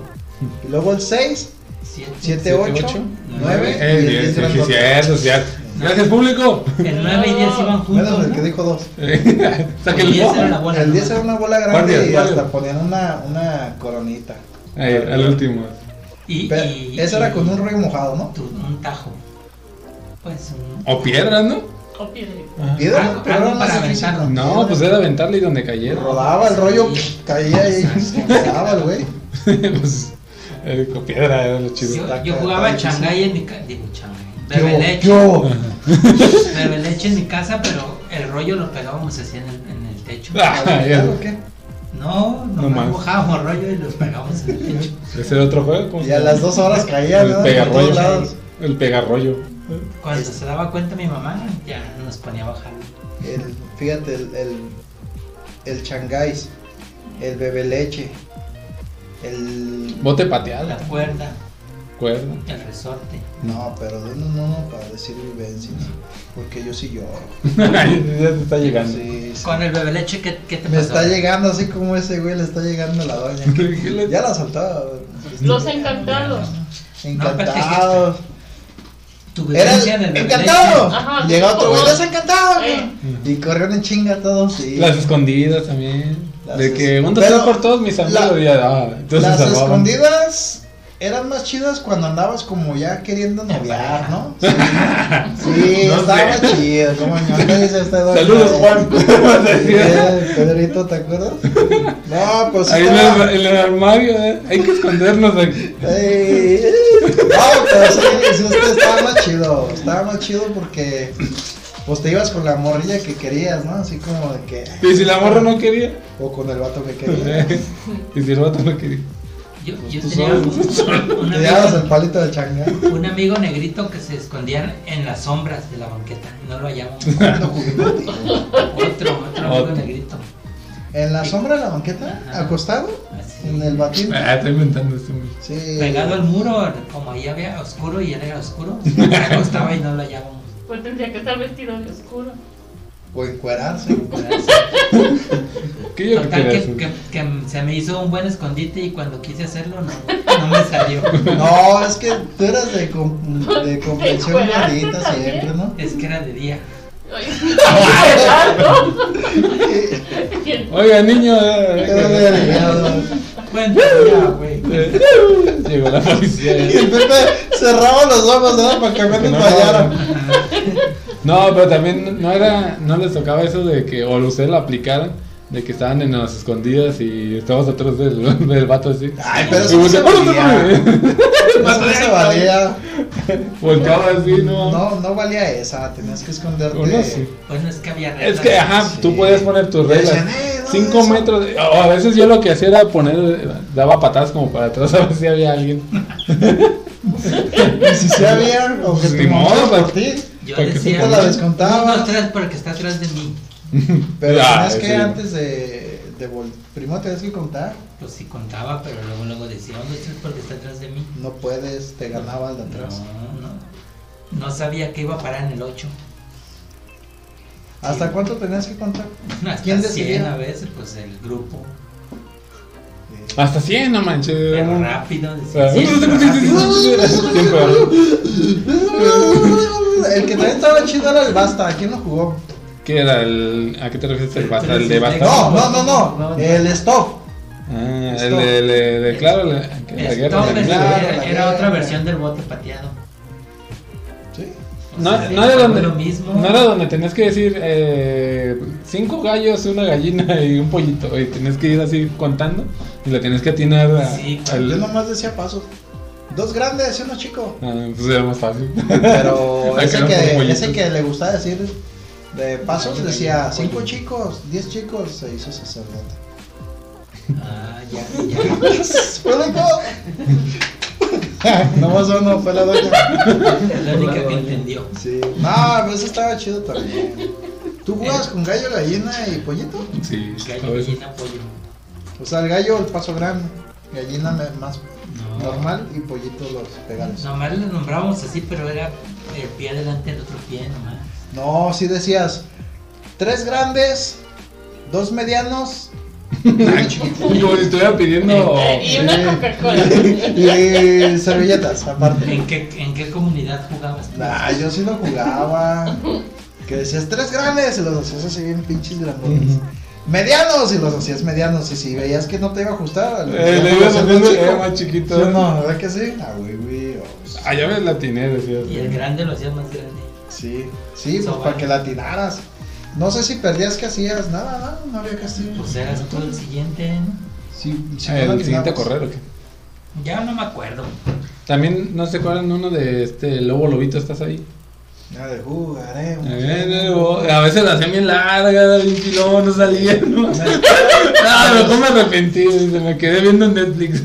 Y luego el 6, Siete. 7, Siete, 8, ocho, 9 Eh, y el bien, 10 sí, sí, sí, grandote. eso, sí, ya. Gracias, público. El 9 y 10 iban Menos juntos. el que ¿no? dijo 2. Eh, El 10 era la Sáquenlo. bola. el ¿no? 10 era una bola grande Guardia, y guardia. hasta ponían una, una coronita. Ahí, Eh, al último. Y, Pero y- ese era con y- un rollo mojado, ¿no? tu- un tajo. Pues un. O piedras, ¿no? O piedra. Ajá. Piedra, Algo- piedra algo no Ah, para sé qué hizo aventarlo. con No, piedra. pues era aventarle y donde cayera. Rodaba el rollo, Sí. caía y rodaba el güey. pues, eh, con piedra era lo chido. Yo, Está yo jugaba cagadísimo. Changay en mi casa. Digo, Changay. ¿Qué Bebeleche. hubo? Bebeleche en mi casa, pero el rollo lo pegábamos así en el, en el techo. Ah, ¿Qué ya. hubo? No, No no más. mojábamos rollo y los pegábamos en el techo. ¿Ese era otro juego? ¿Cómo Y se a llama? las dos horas caía, El ¿no? Por pegarrollo. todos lados. El pegarrollo. Cuando se daba cuenta mi mamá, ya nos ponía a bajar. El- fíjate, el, el, el changáis, el bebe leche, el... Bote A pateado. la cuerda, Cuerda. el resorte. No, pero de uno no, no, para decir vivencias, porque yo sí lloro. ya te está llegando. Sí, sí. Con el bebeleche, ¿qué, qué te Me pasó? está llegando así como ese güey le está llegando a la doña. ¿Qué le- Ya la saltaba. Los encantados. Encantados. Tu Era el vivencia pues, en el bebeleche. encantado. Ajá, Llega sí, otro güey, como- los encantados. Eh. Y corrieron en chinga todos. Sí. Las escondidas también. Las de es- que un Pero dos por todos mis la- amigos. ya, ah, entonces Las salvaban. escondidas eran más chidas cuando andabas como ya queriendo noviar, ¿no? Sí, sí No estaba sé. más chido. ¿Cómo no? ¿Qué dice este doña? Saludos, Juan. Sí, eh, Pedrito, ¿te acuerdas? No, pues. Ahí en estaba- el, en el armario, eh, hay que escondernos aquí. Ey, ey. No, pero sí, sí, usted estaba más chido. Estaba más chido porque pues te ibas con la morrilla que querías, ¿no? Así como de que. Y si la morra no quería, pues, eh. O con el vato que querías. y si el vato no quería. Yo, yo Tú tenía solo. un, un Pues Te llevabas el amigo, palito de changa. un amigo negrito que se escondía en las sombras de la banqueta. No lo hallamos. Jugando jugué contigo. Otro, otro amigo Otro. negrito. En la sombra de la banqueta, Ajá. acostado, Así. en el batín. Ah, está inventando este güey. Sí. Pegado al muro, como ahí había oscuro y él era oscuro. Me acostaba y no lo hallábamos. Pues tendría que estar vestido de oscuro. O encuerarse. ¿Qué yo que Total, quería que, hacer? que- que se me hizo un buen escondite y cuando quise hacerlo no, no me salió. No, es que tú eras de, com- de complexión Encuerarse gordita también. siempre, ¿no? Es que era de día. Ay, ¿verdad, no? Y el- Oiga, niño. eh, Qué delgado. Bueno, ya, güey. eh, Llegó la policía. Y eh. el Pepe cerraba los ojos, ¿no? Para que no Que nos no. fallaran. No, pero también no era, no les tocaba eso de que, o ustedes lo aplicaran, de que estaban en las escondidas y estabas atrás del, del vato así. Ay, pero Y Ah, eso no se voltea, "¡Órale, órale". valía. Eso no se valía. Volteaba así, no. No, no valía esa. Tenías que esconderte. Uno sí. Bueno, es que había Es reglas. que, ajá, Sí. tú podías poner tus Y reglas. decían, "Eh, no, 5 eso". metros. de- O a veces yo lo que hacía era poner. Daba patadas como para atrás a ver si había alguien. Y si se había, o que Ni te modo, mochas por pues. ti. Yo Porque decía, tú te la descontabas. uno, dos, tres, porque está atrás de mí. Pero Ah, tenías que sí. antes de, de vol- Primero tenías que contar. Pues sí contaba, pero luego luego decía, uno, dos, tres, porque está atrás de mí. No puedes, te ganaba el de atrás. No, no. No sabía que iba a parar en el 8. ¿Hasta cuánto tenías que contar? Hasta ¿Quién 100 decidía? a veces, pues el grupo. Hasta 100, no manches. Pero era- rápido, decía, Ah, "Sí, pero rápido". Tiempo. El que también estaba chido era el Basta. ¿Quién lo jugó? ¿Qué era el. ¿A qué te refieres el basta? ¿El de basta? No, no, no, no. El Stop. Ah, el de. el de- de- claro, el de la Esto, guerra. de pues, Claro, era, la era guerra. otra versión del bote pateado. Sí. O No, sea, no era donde, lo mismo. no era donde tenías que decir eh, cinco gallos, una gallina y un pollito. Y tenías que ir así contando y la tenías que atinar a- Sí, al- Yo nomás decía pasos. Dos grandes y uno chico. Ah, pues era más fácil. Pero Ah, que ese eran como que, pollitos. ese que le gustaba decir de pasos decía cinco chicos, diez chicos, se hizo sacerdote. Ah, ya, ya. ¿Fue de todo? Nomás uno, fue la doña. Es la única que entendió. Sí. No, pero eso estaba chido también. ¿Tú jugabas con gallo, gallina y pollito? Sí, Pues, a Gallo, veces. gallina, pollo. O sea, el gallo el paso grande, gallina me- más No. normal y pollito los regalos. Nomás le nombrábamos así, pero era el pie delante del otro pie nomás. No, si decías tres grandes, dos medianos y uno chiquito. Como si estuviera pidiendo. Eh, y sí. una Coca-Cola. Y servilletas, aparte. ¿En qué, en qué comunidad jugabas tú? Nah, yo sí lo jugaba. Que decías tres grandes y los hacías así bien pinches grandotes. Medianos y los hacías medianos. Y si veías que no te iba a ajustar, Eh, le los ibas hacías haciendo chico. era más chiquito. Sí o no, ¿verdad que sí? Ah, güey, güey. oh, Ah, ya ves, la atiné, decía. Y el grande lo hacía más grande. Sí, sí, pues Eso para vale. que la atinaras. No sé si perdías que hacías, nada, nada, no había castigo. Pues eras tú el siguiente, ¿no? Sí, sí, no la Ah, El siguiente atinabas. a correr, ¿o qué? Ya no me acuerdo. También, ¿no se acuerdan uno de este Lobo Lobito? ¿Estás ahí? Ya de jugaremos. Eh, bo- A veces la hacían bien larga, bien pilón, no salía, ¿no? Ah, pero cómo me arrepentí, se me quedé viendo en Netflix.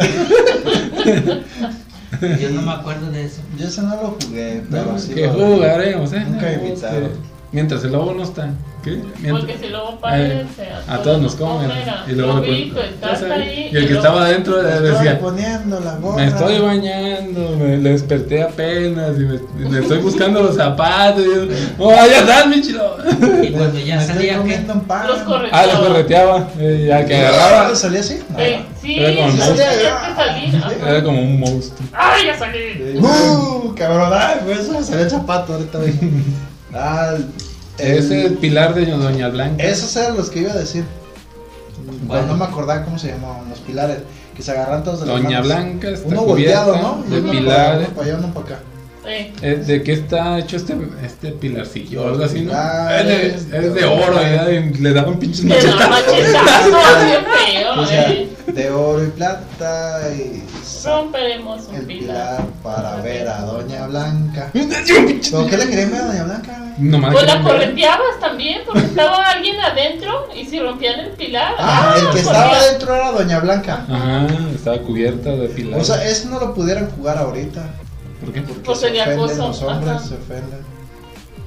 Yo no me acuerdo de eso. Yo ese no lo jugué, pero sí. que lo- jugaremos, ¿eh? Nunca Ah, invitado. que- Mientras el lobo no está. ¿Qué? Mientras- Porque si luego paren, Eh, se- a todos nos comen. Y luego le ponen- Lobito, ya estás saben. ahí. Y el que luego- estaba adentro eh, Me estoy decía, poniendo la gorra. me estoy bañando, me le desperté apenas y me, me estoy buscando los zapatos. Y yo, oh, ya estás, mi chido. Y cuando ya Me estoy salía que. comiendo un pan. Los corre- Ah, lo correteaba. eh, ya que agarraba, ¿Salía así? No. Eh, sí, Era como- tenías que salir. Ajá. era como un monstruo. ¡Ay, ya salí! Uh, cabrón, ah, pues eso me salió el zapato ahorita, güey. Ah, el- Ese es pilar de Doña Blanca. Esos eran los que iba a decir. Pero ¿Cuál? no me acordaba cómo se llamaban los pilares. Que se agarran todos de las Doña manos. Blanca está Uno cubierta volteado, ¿no? Y de uno pilares. Para, allá, uno para acá. Eh, Eh, ¿De qué está hecho este, este pilarcillo? Algo así, ¿no? Pilares es, de, es de oro, ya, y le daban pinches te da machetadas. machetazo, bien feo, O sea, eh. de oro y plata. Y Romperemos un el pilar. pilar para ver a Doña Blanca. ¿Pero qué le querían ver a Doña Blanca? güey? No mames. Pues la correteabas también, porque estaba alguien adentro y si rompían el pilar. Ah, el que pues estaba ya. adentro era Doña Blanca. Ajá, estaba cubierta de pilar. O sea, eso no lo pudieran jugar ahorita. ¿Por qué? Porque Pues se sería ofenden acoso, los hombres, ajá. Oh. se ofenden.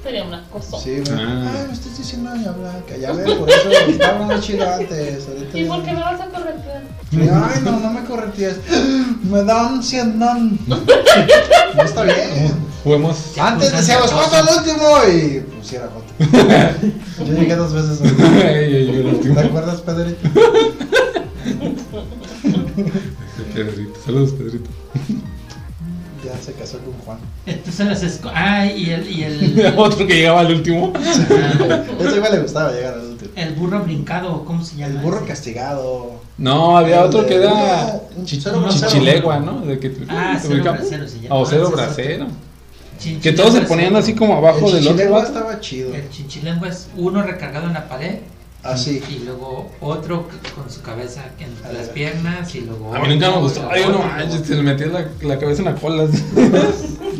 Sería una cosa. Sí, güey. Ah. Ay, me estás diciendo Doña Blanca. Ya ves, por eso estaba más chido antes. Ahorita ¿Y ya por no. qué me vas a corretear? Ay, no, no me corretías. Me da un cienón. No está bien. Juguemos. Antes decíamos, Joto el último? Y pues sí era Joto. Yo llegué dos veces. Ey, güey. ey, yo el último. ¿Te acuerdas, Pedrito? Pedrito. Saludos, Pedrito. Ya se casó con Juan. Entonces las esco... Ah, y el, y el, Otro que llegaba al último. ah, Ese igual le gustaba llegar al último. el burro brincado, ¿cómo se El llama? burro castigado. No, había otro que era Un chi- cero bracero. chichilegua, ¿no? De que te- Ah, te cero ubicaba. bracero se llama. Ah, O cero Ah, ese es bracero. Chinchilengua Que todos se es ponían uno. así como El abajo del otro. chichilengua vato. Eh, estaba chido. El chinchilengua es uno recargado en la pared Así. y luego otro con su cabeza entre A las ver. piernas y luego A mí nunca me otro, gustó. luego Ay, no otro, manches, luego se le metía la, la cabeza en la cola. así. Sí. y luego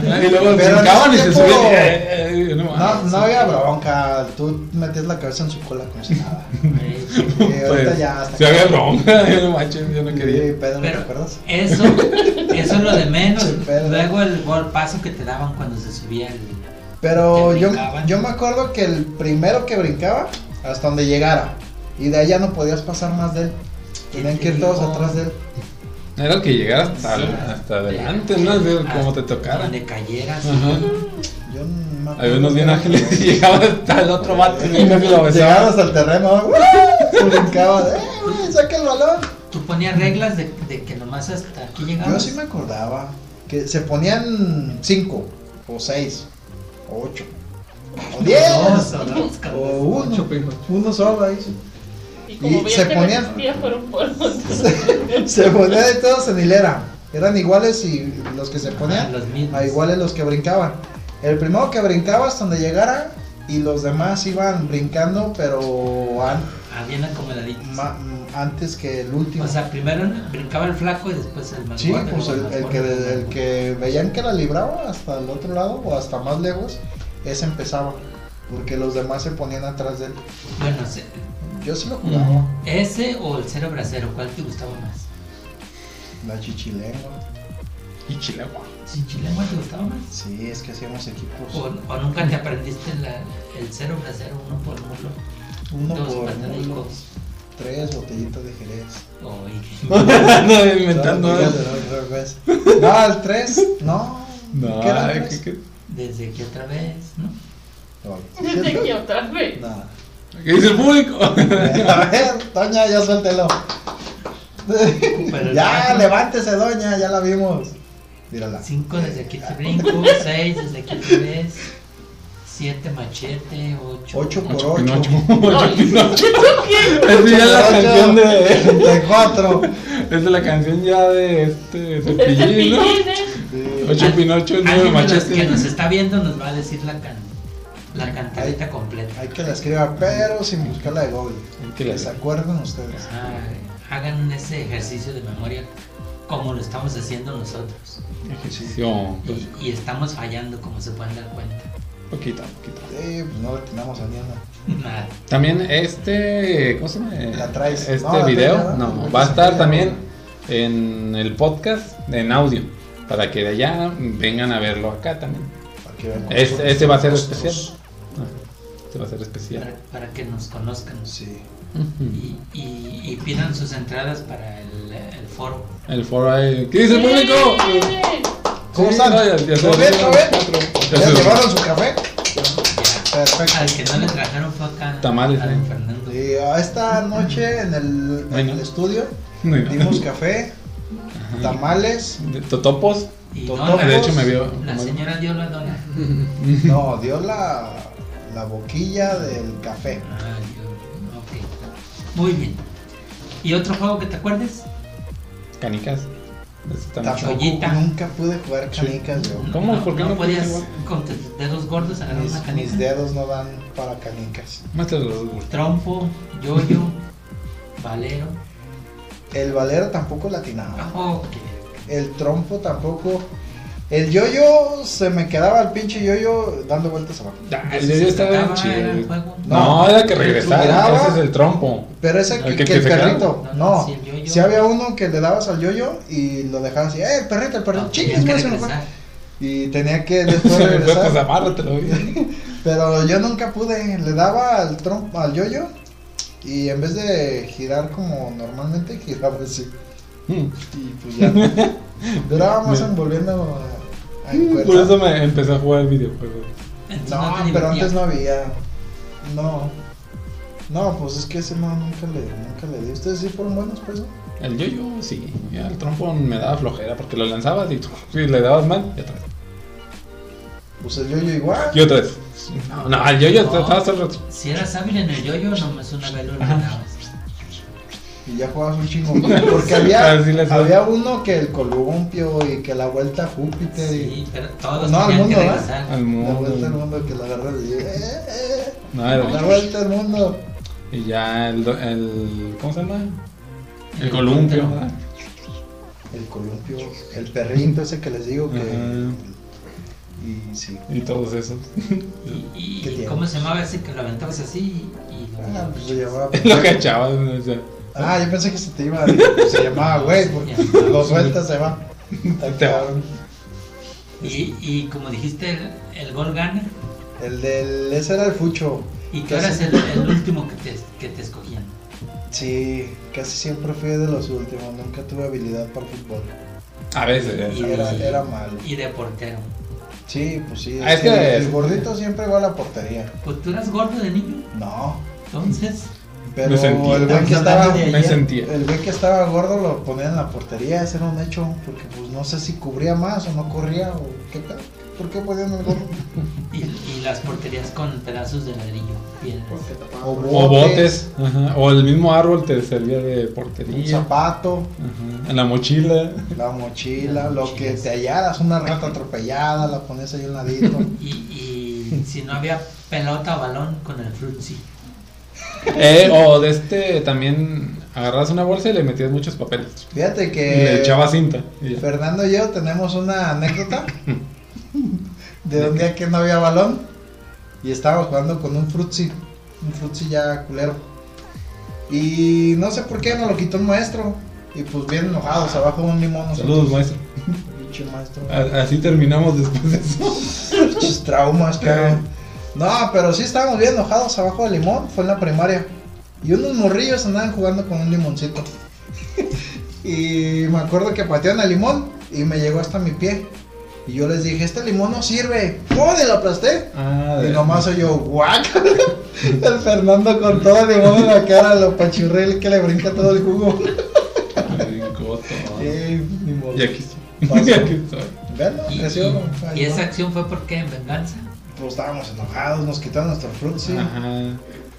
Pero en brincaban y ese se tiempo- subían. Eh, eh, no, No, manches. no había bronca. Tú metías la cabeza en su cola como si nada. otro. Ay, Y ahorita Pues, ya hasta Se había bronca. yo No manches, yo no Sí, quería. Pedro, ¿te Pero- acuerdas? Eso, eso es lo de menos. Sí, pero- Luego el golpazo que te daban cuando se subía el. Pero Que yo, brincaban. yo me acuerdo que el primero que brincaba, hasta donde llegara. Y de ahí ya no podías pasar más de él. ¿Qué Tenían te que ir todos digo? atrás de él. Era el que llegara hasta, Sí. hasta adelante, ¿no? Así como te tocara. Donde cayeras. Ajá. Yo no me Había acuerdo unos bien que- ángeles y llegaba hasta el otro vato y casi lo Llegaron besaba. hasta el terreno. ¡uh! Se brincaba. ¡Eh, güey, saca el balón! Tú ponías reglas de, de que nomás hasta aquí Yo llegabas. sí me acordaba que se ponían cinco, o seis, o ocho, o diez, Dos o dos, o cabrón. uno, uno solo ahí. Y como Y veías se que ponían- resistía, fueron por otro. Se ponían de todos en hilera. Eran iguales y los que se Ah, ponían los mismos. a iguales los que brincaban. El primero que brincaba hasta donde llegara y los demás iban brincando, pero an- Ah, bien acomodaditos. ma- antes que el último. O sea, primero brincaba el flaco y después el más Sí, gordo, pues el, luego el más que, gordo, el que veían que la libraba hasta el otro lado o hasta más lejos, ese empezaba. Porque los demás se ponían atrás de él. Bueno, se- Yo sí lo jugaba. ese o el cero brasero, ¿cuál te gustaba más? La chichilengua. Y chilagua. ¿Chinchilengua te gustaba más? Sí, es que hacíamos equipos. ¿O, o nunca te aprendiste la- el cero brasero, uno por uno, Uno dos por uno, patadicos? tres botellitas de jerez. O, No, inventando. ¿eh? Todas ¿no? las botellas de jerez. No, el tres, no. No, ¿Qué era ay, el tres? ¿qué, desde que otra vez, ¿no? No, Desde aquí otra vez. no. qué- qué dice el público? A ver, doña, ya suéltelo. Pero ya, ya. levántese, doña, ya la vimos. Mírala. Cinco desde aquí Ah. te brinco, seis desde aquí te ves, siete machete, ocho. 8 por Ocho 8. Pinocho. Ocho Pinocho. Ay, Esa ya es la Pinocho. canción de. 84. Esa es la canción ya de este El cepillín, ¿no? cepillín, ¿eh? Sí. Ocho Pinocho, Alguien nueve de los que machete. nos está viendo nos va a decir la, can la cantadita completa. Hay que la escriba, pero sin buscarla de Google. Hay que Que la- se acuerden ustedes. Ay, Ah, hagan ese ejercicio de memoria como lo estamos haciendo nosotros. Sí, Ejercicio. Pues, Y, y estamos fallando, como se pueden dar cuenta. Poquito, poquito. pues no la tenemos a nada. Nada. También este. ¿Cómo se llama? La traes. Este No, la video. traes, No, ¿no? pues, Porque va a se estar queda, también en el podcast en audio. Para que de allá vengan a verlo acá también. Para que vean Es- cómo este son va a ser los especial. costos. Ah, Este va a ser especial. Para, para que nos conozcan Sí. Ujú. y, y- y pidan sus entradas para el, el foro. El foro ahí. ¿Qué dice el público? Sí. ¿Cómo Sí, están? no, ya- ya se ¿Todo bien? lo- ¿Todo bien? Ya ¿eh? ¿Ya se lo- llevaron su café? Ya. Perfecto. Al que no le trajeron fue acá Tamales, a don ¿no? Fernando. Y ah, esta noche en el, en Bueno. el estudio Bueno. dimos café, Ajá. tamales. De- Totopos. Y Totó, donas. de hecho, me vio- La me- señora dio la dona. No, dio la, la boquilla del café. Ah, yo- ok. Muy bien. ¿Y otro juego que te acuerdes? Canicas. Este está mucho. Tampoco, Chollita. nunca pude jugar canicas yo. ¿Cómo? ¿Por qué no, no podías puedes jugar? con tus dedos gordos agarrar una Mis, canica? mis dedos no dan para canicas. Muestra los gustos. Trompo, yoyo, valero. Oh, El valero tampoco latinaba. Ok. El trompo tampoco. El yoyo se me quedaba el pinche yoyo dando vueltas abajo. Ah, Entonces, El yoyo se estaba trataba, chido. era el juego. No, No, era que el regresara. tuberaba. Ese es el trompo. Pero ese que, El que- que que el se queda. perrito, No, no, no. sí, el yo-yo. Si había uno que le dabas al yoyo y lo dejabas así, ¡eh, el perrito, el perrito! No, ¡Chingas, tenías que madre, se me fue! regresar. Y tenía que después Pues regresar. amárratelo. güey. pero yo nunca pude. Le daba al trompo, al yoyo y en vez de girar como normalmente, giraba así. Mm. Y pues ya. Duraba más en volviendo a, a encuernar. Por eso me empecé a jugar videojuegos. Entonces No, te divertías. pero antes no había. No. No, pues es que ese man nunca le, nunca le di. Ustedes sí fueron buenos, pues. ¿no? El yo-yo, sí. Ya, el trompo me daba flojera porque lo lanzabas y, y le dabas mal y otra vez. Pues el yo-yo igual. Y otra vez. No, no, el yo-yo No. estaba todo el rato. Si eras hábil en el yoyo, nomás una vez lo lograbas. Y ya jugabas un chingo. Porque había, Así les- había uno que el columpio y que la vuelta a Júpiter y Sí, pero todos No, al tenían que mundo, ¿eh? regresar. al la vuelta al mundo. mundo que la agarra y eh, eh, No, eh, la era- vuelta al mundo. y ya el, do- el. ¿Cómo se llama? El columpio. ¿verdad? El columpio, el perrito ese que les digo que. Ajá. Y sí. Y todos esos. ¿Y, ¿Qué y tiene? cómo se llamaba ese que lo aventabas así y, y lo Ah, pues lo llevaba. Lo cachabas. o sea, Ah, yo pensé que se te iba. pues Se llamaba güey, porque lo sueltas se va. Está cabrón. Y, y como dijiste, el, el gol gana. El del. Ese era el fucho. Y tú Casi. eras el, el último que te, que te escogían. Sí, casi siempre fui de los últimos. Nunca tuve habilidad para el fútbol. A veces. eh. Y- Era, era malo. Y de portero. Sí, pues sí. Ah, es sí, que- el, el gordito siempre va a la portería. Pues tú eras gordo de niño. No. Entonces, Pero Me sentí. el güey que Estamos estaba. hablando de Me ayer. sentía. El güey que estaba gordo lo ponía en la portería, ese era un hecho, porque pues no sé si cubría más o no corría o qué tal. ¿Por qué ponían el gordo? Y, y las porterías con pedazos de ladrillo, piedras. O botes. ajá, O el mismo árbol te servía de portería. un zapato, Ajá, En la mochila. la mochila, Las lo que mochilas. te hallaras, una rata atropellada, la ponías ahí a un ladito. Y, y si no había pelota o balón, con el frutzi. Eh, o de este también agarras una bolsa y le metías muchos papeles. Fíjate Y le que echabas cinta. y ya. Fernando y yo tenemos una anécdota de un día que no había balón y estábamos jugando con un frutzi, un frutzi ya culero. Y no sé por qué nos lo quitó un maestro. Y pues bien enojados, abajo de un limón. Saludos, maestro. maestro. Pinche maestro. A- así terminamos después de eso. Pinches traumas, cabrón. No, pero sí estábamos bien enojados abajo del limón, fue en la primaria. Y unos morrillos andaban jugando con un limoncito. y me acuerdo que patearon el limón y me llegó hasta mi pie. Y yo les dije, este limón no sirve. ¡Oh, y lo aplasté! Ah, Y de- nomás soy yo, guac. el Fernando con todo el limón en la cara, lo pachurré que le brinca todo el jugo. Ay, coto. Eh, ni modo. Y aquí estoy. Pasó. Y aquí estoy. Veanlo, Y, creció. y- y esa acción fue porque en venganza. Pues estábamos enojados, nos quitaron nuestro frutzi. Ajá.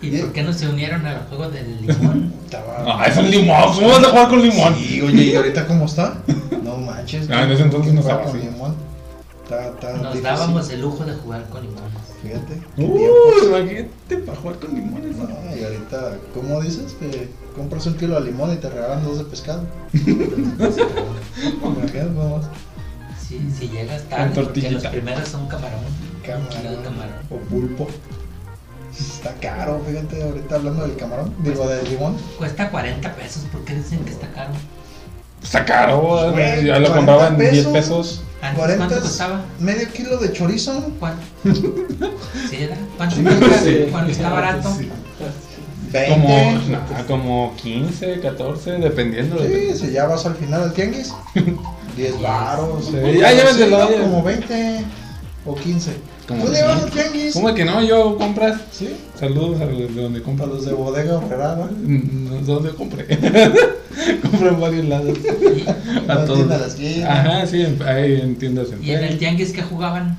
¿Y por qué no se unieron al juego del limón? Estaba- Ah, es un limón. ¿Cómo vas a jugar con limón? Sí, oye, ¿y ahorita cómo está? No manches. Ah, en ese entonces no estaba así. limón. Está, está Nos Ah, difícil. dábamos el lujo de jugar con limones. Fíjate. qué Uh, tiempos. imagínate para jugar con limones. ¿no? No, y ahorita, ¿cómo dices? Que compras un kilo de limón y te regalan dos de pescado. Imagínate nomás. Si, si llegas Con tarde, porque los tortillita. primeros son camarón. Un kilo de Camarón. camarón. O pulpo. Está caro, fíjate, ahorita hablando del camarón. Digo, del limón. Cuesta 40 pesos, ¿por qué dicen que está caro? Está caro. Güey, oh, Ya lo 40 compraban en 10 pesos. pesos. Antes, ¿cuánto es costaba? Medio kilo de chorizo. ¿Cuánto? ¿Sí era? ¿Cuánto? Sí, ¿Cuánto sí. está barato? Como, 20. nah, como 15, 14, dependiendo. Sí, de- si ya vas al final del tianguis. 10 varos. Sí, Pues, ya llévatelo, sí, ya. Como 20 o 15. Como ¿Tú le vas 20. al tianguis? ¿Cómo que no? Yo compras. Sí. Saludos a los de donde compras. Para los de bodega obrera, ¿no? No sé dónde compré. compré en varios lados. La tienda de la esquina. Ajá, sí, en, ahí en tiendas. En, ¿Y en el tianguis que jugaban?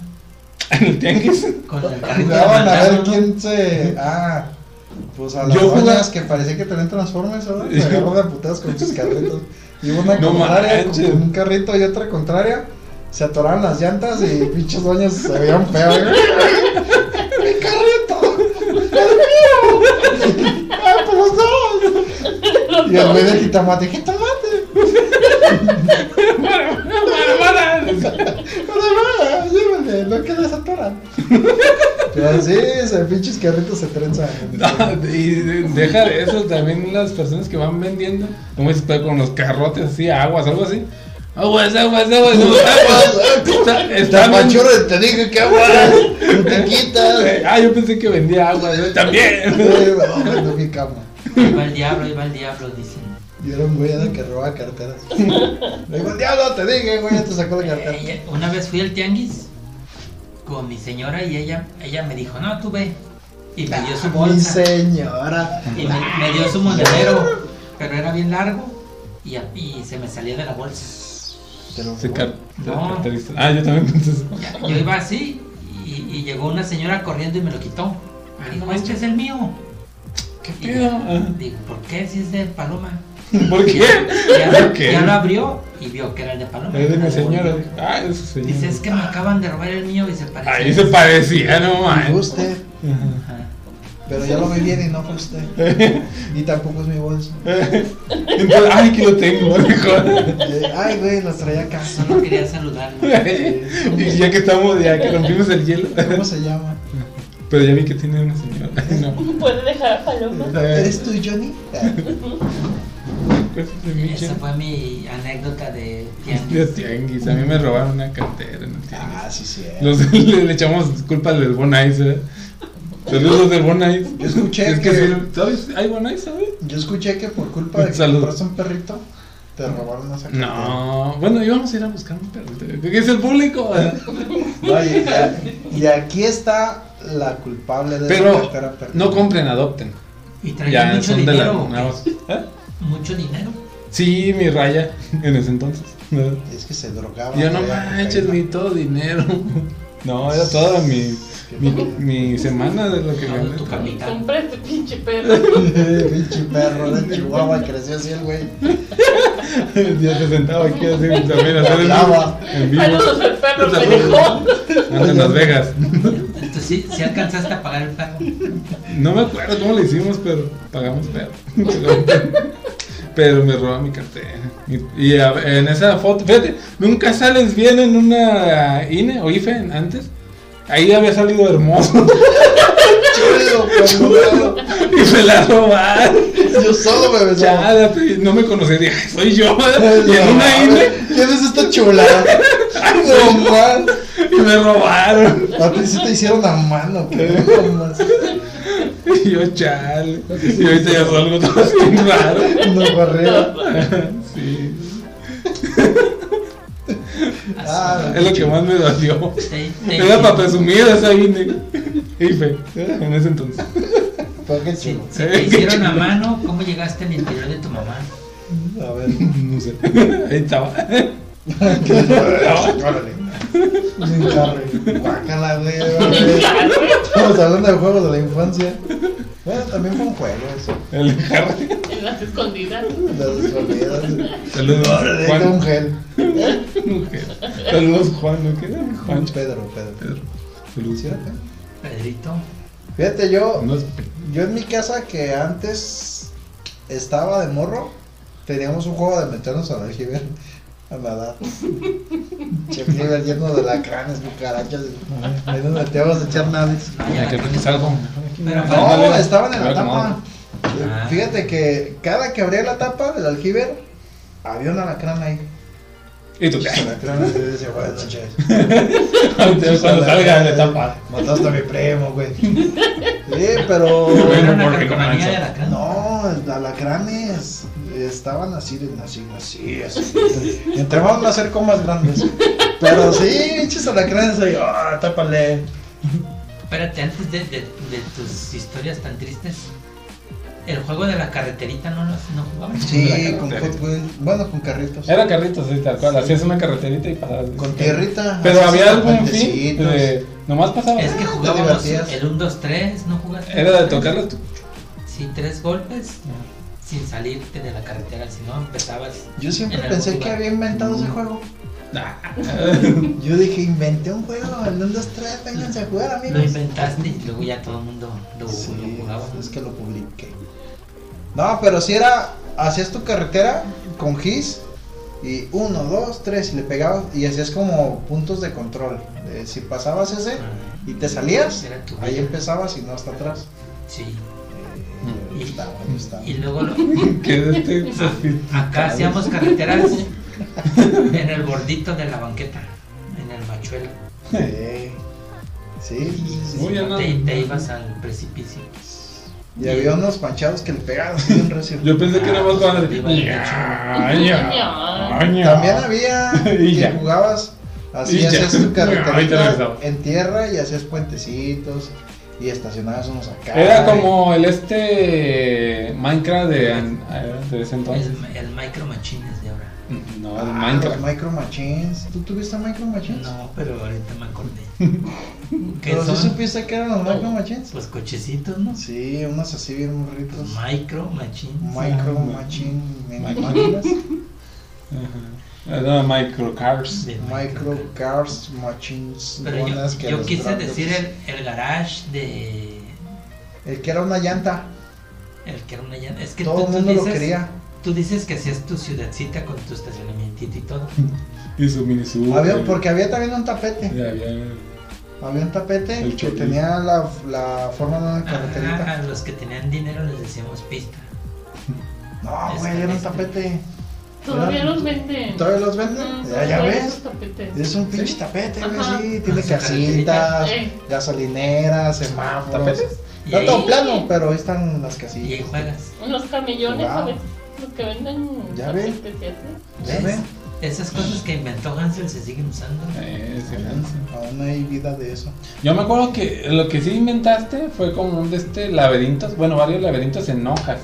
en el tianguis. Con el carrito de Jugaban a mandado, ver ¿no? quién se. Ah, pues a las Yo jugaba- doñas que parecía que tenían Transformers, ¿verdad? Se agarraban a putadas con sus carritos. Y una No contraria, con manches. con un carrito y otra contraria. Se atoraban las llantas y pinches doñas se veían feo, ¿eh? ¡Mi carrito! ¡El mío! ¡Ah, pues los dos! Y el güey de jitomate, ¡jitomate! ¡Para, llévale! ¡No quedes atorado! Pero sí, ese pinches carritos se trenzan. No, y de- deja de eso también las personas que van vendiendo, como dices, pero con los carrotes así, aguas, algo así. Aguas, aguas, aguas, aguas, aguas. Está, está bien- Tapachurro, te dije que aguas, no te quitas. Eh, Ah, yo pensé que vendía agua, yo también. Eh, No, me dio mi cama. Ahí va el diablo, ahí va el diablo, dicen. Yo era un güey de que robaba carteras. Le digo, diablo, te dije, güey, ya te sacó la cartera. Ella- una vez fui al tianguis con mi señora y ella, ella me dijo, no, tú ve. Y me dio su Ah, Mi bolsa. señora. Y me, me dio su monedero, pero era bien largo y, a- y se me salía de la bolsa. Te lo Se car- No. caracteriza. Ah, yo también pensé eso. Ya, Yo iba así y, y llegó una señora corriendo y me lo quitó. Ah, Me dijo, este es el mío. ¿Qué Y pedo? Ah, digo, ¿por qué si es de Paloma? ¿Por qué? Ya, ¿Por qué? ya lo abrió y vio que era el de Paloma. Es de mi Me lo señora. devolvió. Ah, es su Dice, es señora. que me acaban de robar el mío y se parece. Ahí se parecía, no Me man. guste, Ajá. pero ya lo vi bien y no fue usted. Y tampoco es mi bolsa. Entonces, ay, que lo tengo, mejor. Eh, Ay, güey, los traía acá. Solo quería saludarme. Y ya que estamos, ya que rompimos el hielo. ¿Cómo se llama? Pero ya vi que tiene una señora. Ay, No. Puede dejar a Paloma. Eh. ¿Eres tú, Johnny? Cosas pues, de mi Esa fue mi anécdota de De tianguis. tianguis, a mí me robaron una cartera en el tianguis. Ah, sí, sí. eh. Los- le, le echamos culpa al del Bon Ice, ¿verdad? Saludos del Bon Ice. Yo escuché Es que, que- sí, ¿sabes? ¿Hay Bon Ice, sabes? Yo escuché que por culpa de que Salud. compraste un perrito, te robaron esa cartera. No, bueno, íbamos a ir a buscar un perrito. ¿Qué es el público? No, y, y- y aquí está la culpable de esa Pero cartera perdida. no compren, adopten. Y traía Ya mucho son de la. dinero. ¿o nuevas. qué? ¿Eh? Mucho dinero. Sí, mi raya en ese entonces. Yo Es que se drogaba. no traía manches, ni cocaína. todo dinero. No, era toda mi, mi, mi semana de lo que Todo gané. tu Y capital. compra este pinche perro. Pinche perro de Chihuahua creció así el güey. Ya se sentaba aquí así también a hacer el Hablaba. en vivo. Saludos al perro pendejo. Ando en Las Vegas. Entonces sí, sí alcanzaste a pagar el pago. No me acuerdo cómo lo hicimos, pero pagamos pedo. Pero me roba mi cartera. Y, y a- en esa foto, fíjate, nunca sales bien en una INE o IFE en- antes. Ahí había salido hermoso Chulo, chulo. y me la robaron. pues, Yo solo me Ya, besaba. la pe- no me conocí, dije, soy yo. Y en No, una INE, ¿Quién es esta chula? No man. E y me robaron. A ti sí te hicieron la mano, ¿qué? No, man. Y yo, chale. Y ahorita ya salgo todo así raro. No barrera. Sí. Ah, Es lo que más me dolió. Te- te- Era para presumir esa INE. IFE, en ese entonces. fue que Si, chulo. si te hicieron a mano, ¿cómo llegaste al interior de tu mamá? A ver. No sé. Ahí estaba. Órale. Ni carre. Guácala, güey. Estamos hablando de juegos de la infancia. Bueno, también fue un juego eso. El Harry. En las escondidas. Las escondidas. Saludos. Ahora de Juan. un gel. Mujer. Saludos, Juan. ¿no? ¿Qué era? Juan. Pedro, Pedro. Pedro. Saludos. Sí, ¿verdad? Pedrito. Fíjate, yo, No es- yo en mi casa que antes estaba de morro, teníamos un juego de meternos al aljibe a nadar. Che, aljibe lleno de lacranes, cucarachas. y Ahí nos metíamos a echar naves. No, ya Hay que la- pensar algo. Pero No, para- Ándale, estaban en la claro que tapa. Eh, Ah. Fíjate que cada que abría la tapa del aljibe, había un alacrán ahí. Y tú, El alacrán así decía, buenas noches. cuando salga de tapa. Mataste a mi primo, güey. Sí, pero. Era Bueno, una porque calcomanía comienza. de la cana. No, alacranes estaban así, de- así, así, así. Entraban a hacer comas grandes. Pero sí, pinches alacranes ahí, ah, tápale. Espérate, antes de, de- de tus historias tan tristes, el juego de la carreterita no lo no jugabas. Sí, con Hot Wheels, bueno, con carritos. Era carritos, sí, tal cual. Hacías una carreterita y pasabas. Con tierrita. Pero así, había algún fin. eh, puentecitos. de- Nomás pasaba. Es que te jugábamos divertías. el 1, 2, 3, ¿no jugaste? Era de tocarlo. Sí, tres golpes sin salirte de la carretera, si no empezabas. Yo siempre en algún pensé que lugar. había inventado ese juego. Nah. Yo dije, inventé un juego, el 1, 2, 3, vénganse a jugar, amigos. Lo inventaste y luego ya todo el mundo lo, lo Sí, jugaba. es que lo publiqué. No, pero si era, hacías tu carretera con GIS y uno, dos, tres, y le pegabas y hacías como puntos de control. de si pasabas ese y te salías, Ah, Era tu ahí vida. empezabas y no hasta atrás. Sí. Eh, Mm. Y- estaba, ahí estaba. Y luego lo- ¿Qué es este? acá hacíamos carreteras en el bordito de la banqueta, en el machuelo. Eh, Sí, sí, sí, sí. Uy, ya no. Te, te ibas al precipicio. Y había unos panchados que le pegaban así bien recio. Yo pensé que era más cuando. También había Y que ya. jugabas así, Y ya. hacías tu Ahí te carretera regresaba. en tierra y hacías puentecitos y estacionabas unos acá. Era como el este Minecraft de, an- eh, de ese entonces. El, el micro machines de ahora. No, Ah, el los Minecraft. Micro Machines. ¿Tú tuviste Micro Machines? No, pero ahorita me acordé. ¿Qué ¿Pero sí son? supiste que eran los No. Micro Machines? Pues cochecitos, ¿no? Sí, unos así bien morritos. Los micro machines. Micro Ah, Machine. ¿me Micro- imaginas? Ajá. Era Microcars. de Micro Cars Machines. Pero yo, buenas que yo los quise grandes. decir el, el garage de. El que era una llanta. El que era una llanta. Es que Todo tú, el tú mundo dices, lo quería. tú dices que hacías tu ciudadcita con tu estacionamiento y todo. Y su minisub. Había, porque había también un tapete. Y había- Había un tapete El que chorrillo. tenía la, la forma de una carreterita. Ah, a los que tenían dinero les decíamos pista. No, Es- güey, era un este. tapete. Todavía Era- los venden. ¿Todavía los venden? Mm, ya ya todavía ves. esos tapetes. Es un pinche tapete, güey, Ajá. sí. Tiene Ah, su casitas, carreterita. gasolineras, semáforos. ¿Tapetes? Y No ahí, todo plano, pero ahí están las y ahí casillas. juegas. Los camillones Wow. a veces. Los que venden Ya ven. tapetes y así. ¿Ya ¿Ves? ven? Esas cosas que inventó Hansel se siguen usando. Eh, se lanza. Aún hay vida de eso. Yo me acuerdo que lo que sí inventaste fue como un de este laberintos, bueno, varios laberintos en hojas.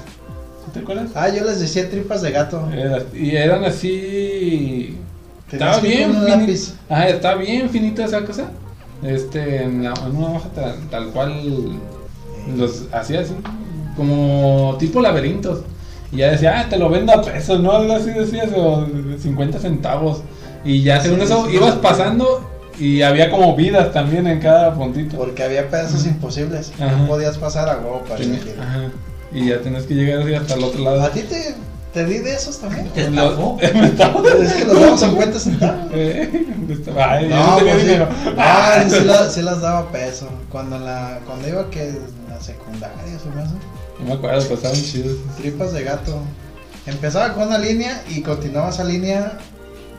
¿Sí ¿Te acuerdas? Ah, yo les decía tripas de gato. Era- y eran así. Tenías Estaba que ir bien, con un fini- lápiz. Ajá, estaba bien finita esa cosa. Este, en, la- en una hoja tal, tal cual los hacía así, como tipo laberintos. Y ya decía, ah, te lo vendo a pesos, ¿no? Algo así decías, o 50 centavos. Y ya según Sí, eso sí. ibas pasando y había como vidas también en cada puntito. Porque había pedazos imposibles. No Ajá. podías pasar a huevo para Tenía- elegir. ajá. Y ya tenías que llegar así hasta el otro ¿A lado. ti te, te di de esos también? Te estafó. Me estaba- Es que los damos 50 centavos. Eh, me estaba- ay, yo No, tenía pues sí. dinero. Ah, sí, la- sí las daba peso. Cuando en la cuando iba que en la secundaria, se me hace. No me acuerdo, pasaban chidos. Tripas de gato. Empezaba con una línea y continuaba esa línea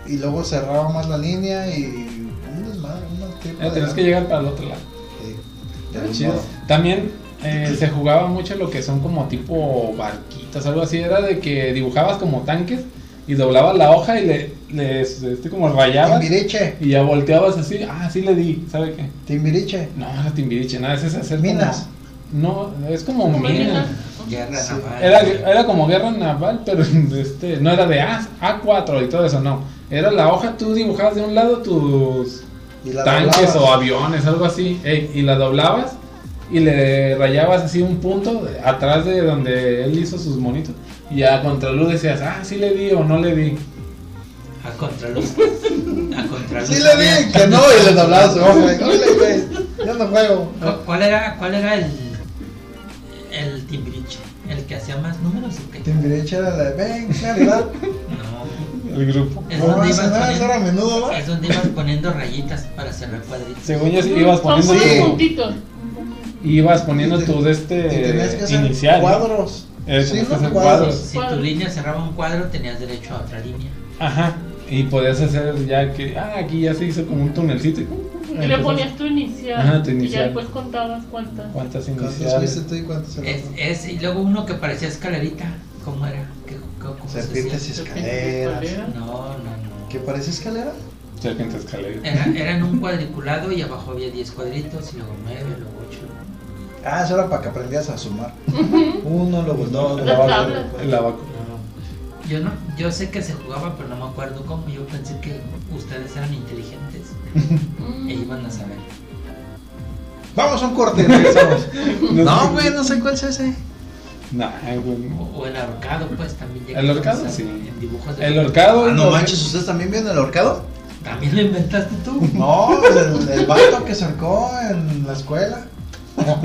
y luego cerraba más la línea y un desmadre, unas tripas. Eh, de tenías gato. que llegar para el otro lado. Sí. De Era algún chido. modo. También eh, se jugaba mucho lo que son como tipo barquitas, algo así. Era de que dibujabas como tanques y doblabas la hoja y le, les, este, como rayabas. Timbiriche, Y ya volteabas así. Ah, sí le di, ¿sabe qué? Timbiriche. No, no es timbiriche, nada, ese es hacer como- Minas. no, es como Como en minas. las- Guerra Sí. naval. Era, era como guerra naval, pero este, no era de A, A4 y todo eso, no. Era la hoja, tú dibujabas de un lado tus Y la tanques doblabas. o aviones, algo así, ey, y la doblabas y le rayabas así un punto de- atrás de donde él hizo sus monitos y a contraluz decías, ah, sí le di o no le di. A contraluz. A contraluz. Sí le di que no y les hablaba a su ojo. güey. Órale, güey, yo no juego. ¿Cu- ¿Cuál era, cuál era el, el timbiriche? ¿El que hacía más números o qué? Timbiriche era la de ven, claridad. No. El grupo. Es No, donde esa ibas no, esa era a poniendo, menudo, ¿va? es donde ibas poniendo rayitas para cerrar cuadritos. Según yo sí, ibas Son poniendo puros Sí. tu, puntitos. ibas poniendo Y te- tus Y tenías que este hacer inicial. ¿no? cuadros. Eh, sí, tenías que no hacer cuadros. cuadros. Si tu ¿Cuál? línea cerraba un cuadro, tenías derecho a otra línea. Ajá. Y podías hacer ya que, ah, aquí ya se hizo como un tunelcito. Y le ponías tu inicial. Ajá, tu Y ya inicial. después contabas cuántas. ¿Cuántas ¿Cuántos iniciales? viste tú y Es, cuántos eran? es- y luego uno que parecía escalerita. ¿Cómo era? ¿Qué, qué- cómo se Serpientes y hacía? escaleras. No, no, no. ¿Qué parece escalera? Serpiente escalera. Era, era en un cuadriculado y abajo había 10 cuadritos y luego 9, luego 8. Ah, eso era para que aprendías a sumar. Uno, luego dos, La luego tabla. tres. El abaco. Yo no, yo sé que se jugaba, pero no me acuerdo cómo. Yo pensé que ustedes eran inteligentes e Mm. iban a saber. Vamos a un corte, regresamos. sé. no, güey, no sé cuál es ese. Nah, güey, O, no. o el ahorcado, pues también. ya que El ahorcado, estamos sí. En dibujos de El horcado. Ah, no manches, ¿ustedes también vieron el horcado? También lo inventaste tú. No, el, el vato que se ahorcó en la escuela. Yo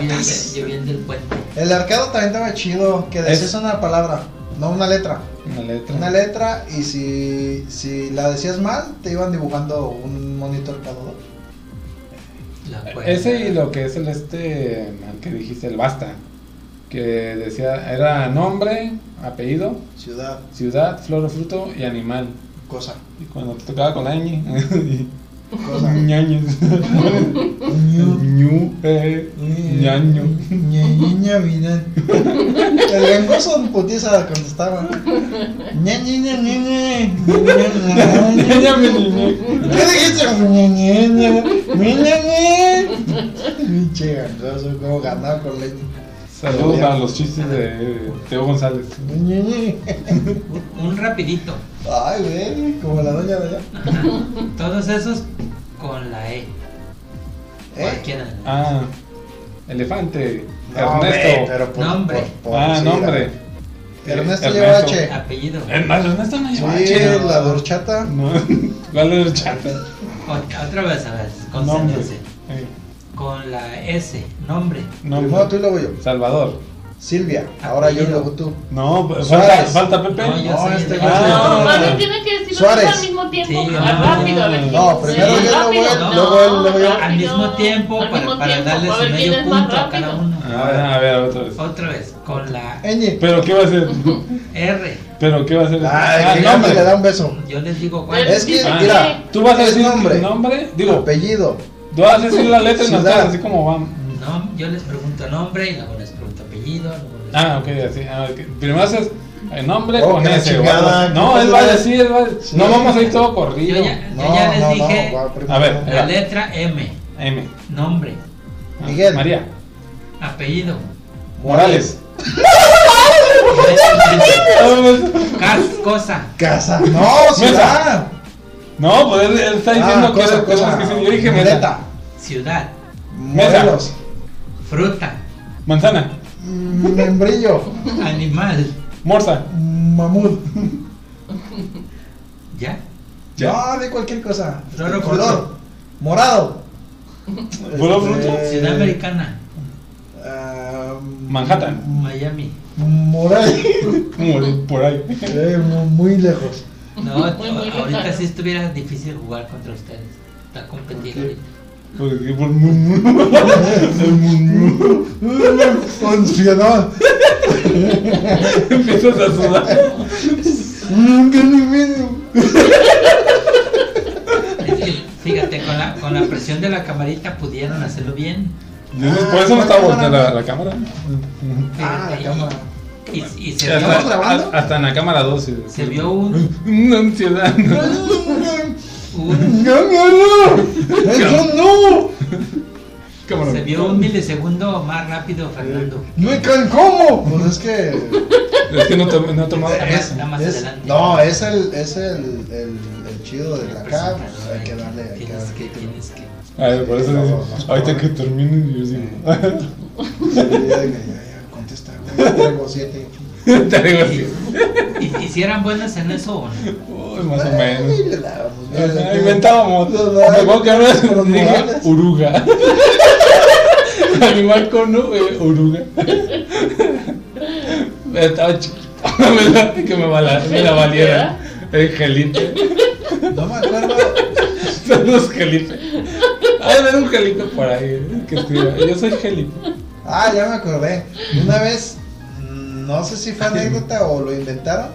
vi el- yo vi el del puente. El arcado también estaba chido, que decías Es- una palabra, no una letra. Una letra. Una letra y si, si la decías mal, te iban dibujando un monito arcado. La cuerda. Ese y lo que es el este, el que dijiste, el basta. Que decía, era nombre, apellido, Ciudad, ciudad, flor o fruto y animal. cosa, Y cuando te tocaba con ñ, y- cosa. ñañes. Ñu, eh, ñaño. Ñañiña, mira. El lenguazo en putiza contestaba. Ñañiña, ñañe. Ñaña, mi niña. ¿Qué dijiste? Ñañiña, ñañe. Pinche gangoso, como ganaba con leña. Saludos para los chistes de Teo González. Ñañe. Un- un rapidito. Ay, güey, como la doña de allá. Ajá. Todos esos con la E. ¿Eh? Cualquiera. de las Ah, elefante, No, güey, Ernesto. pero por- Nombre. por- por- Ah, sí, nombre. la- Ernesto Ernesto. lleva H. Apellido. Eh, no, Ernesto no lleva Sí, H. la dorchata. No, ¿cuál es el chat? O- Otra vez, a ver, Nombre. concéntrense. Eh, Con la S, nombre. Primero tú y nombre. luego yo. Salvador. Silvia, ahora yo y Apellido. luego tú. No, falta, Suárez. falta Pepe. No, yo No, soy este el- güey. No, Ah. más bien tienen que decir los dos Suárez. al mismo tiempo. Sí, Ah, no, rápido, a ver. quién- no, primero sí, yo, luego rápido, él, no, luego él, luego yo. Al rápido, mismo tiempo, al para, mismo para tiempo, darles a ver su quién medio es más punto a cada rápido. uno. A ver, a ver, otra vez. Otra vez, con la Ñ. ¿Pero qué va a hacer? R. ¿Pero qué va a hacer? Ah, Ay, que nombre. nombre. le da un beso. Yo les digo cuál. Pero Es que, Ah. mira, Tú vas a es decir nombre. nombre, nombre. Digo, apellido, tú vas a decir la letra y nos Ciudad. das así como vamos. No, yo les pregunto nombre y luego les pregunto apellido. luego les- Ah, ok, así. ah, ok. Primero haces el nombre Oh, con que la ese. chingada, o algo. No, ¿cómo él te va a ves? decir, él va a- Sí. no vamos a ir todo corrido. Yo ya, yo No, ya les no, dije no, va primero. A ver. la letra M, M. nombre, Ah, Miguel. María. apellido. Morales. Cas, cosa. casa, no, ciudad, No, pues él, él está diciendo Ah, cosas, cosas que sí. Yo dije Muleta. mesa. Ciudad, Mesa. Morelos, fruta, Manzana. Mm, membrillo, animal. Morsa. Mm, mamut, ¿Ya? Ya. no, de cualquier cosa, Flor o color, fruto. morado, ¿Flor o fruto? Este, Ciudad americana, ah, Manhattan. Miami. Morelos, Como por ahí. Eh, mu- muy lejos, No, Muy, muy ahorita lejano. sí estuviera difícil jugar contra ustedes. Está competido ahorita. Porque Pues por mu- mu- el mu- mu- funcionó, empiezas a sudar. Mm, qué difícil. Es que, fíjate, con la, con la presión de la camarita pudieron hacerlo bien. Yo no- por eso no está volteada la, la cámara. Ah, la Fíjate, y- cámara. Y, y se, Hasta- ¿Estamos vio, grabando? hasta en la cámara 2. sí. se vio un, Una ansiedad. un- ¡No, no, no! ¡Eso no! Cámara. se vio un milisegundo más rápido, Fernando. ¡No hay can- cómo! Pues es que. Es que no, tom- no he tomado Está más, Es- está más es- adelante. no, es el, es el, el, el chido de la El acá. pues, presentador, Hay que darle. Hay que Tienes que, darle. tienes que. A ver, por eso Sí, dice, los- los ahorita colores. que termine, yo digo. Ya, ya, ya, contesta, güey. Traigo siete. Te digo así. ¿Y, y si eran buenas en eso o no? Uy, más o menos. Ay, le dábamos, güey. Ajá, Inventábamos. Me Los acuerdo que ahora con los dije modales. oruga. Animal con u- eh, oruga. Estaba chiquito. me la- que me, bala- me la valiera. El gelipe. No me acuerdo. Son los gelipes. Hay de haber un gelipe por ahí eh, que escriba. Yo soy gelipe. Ah, ya me acordé. Una vez, mm, no sé si fue anécdota o lo inventaron,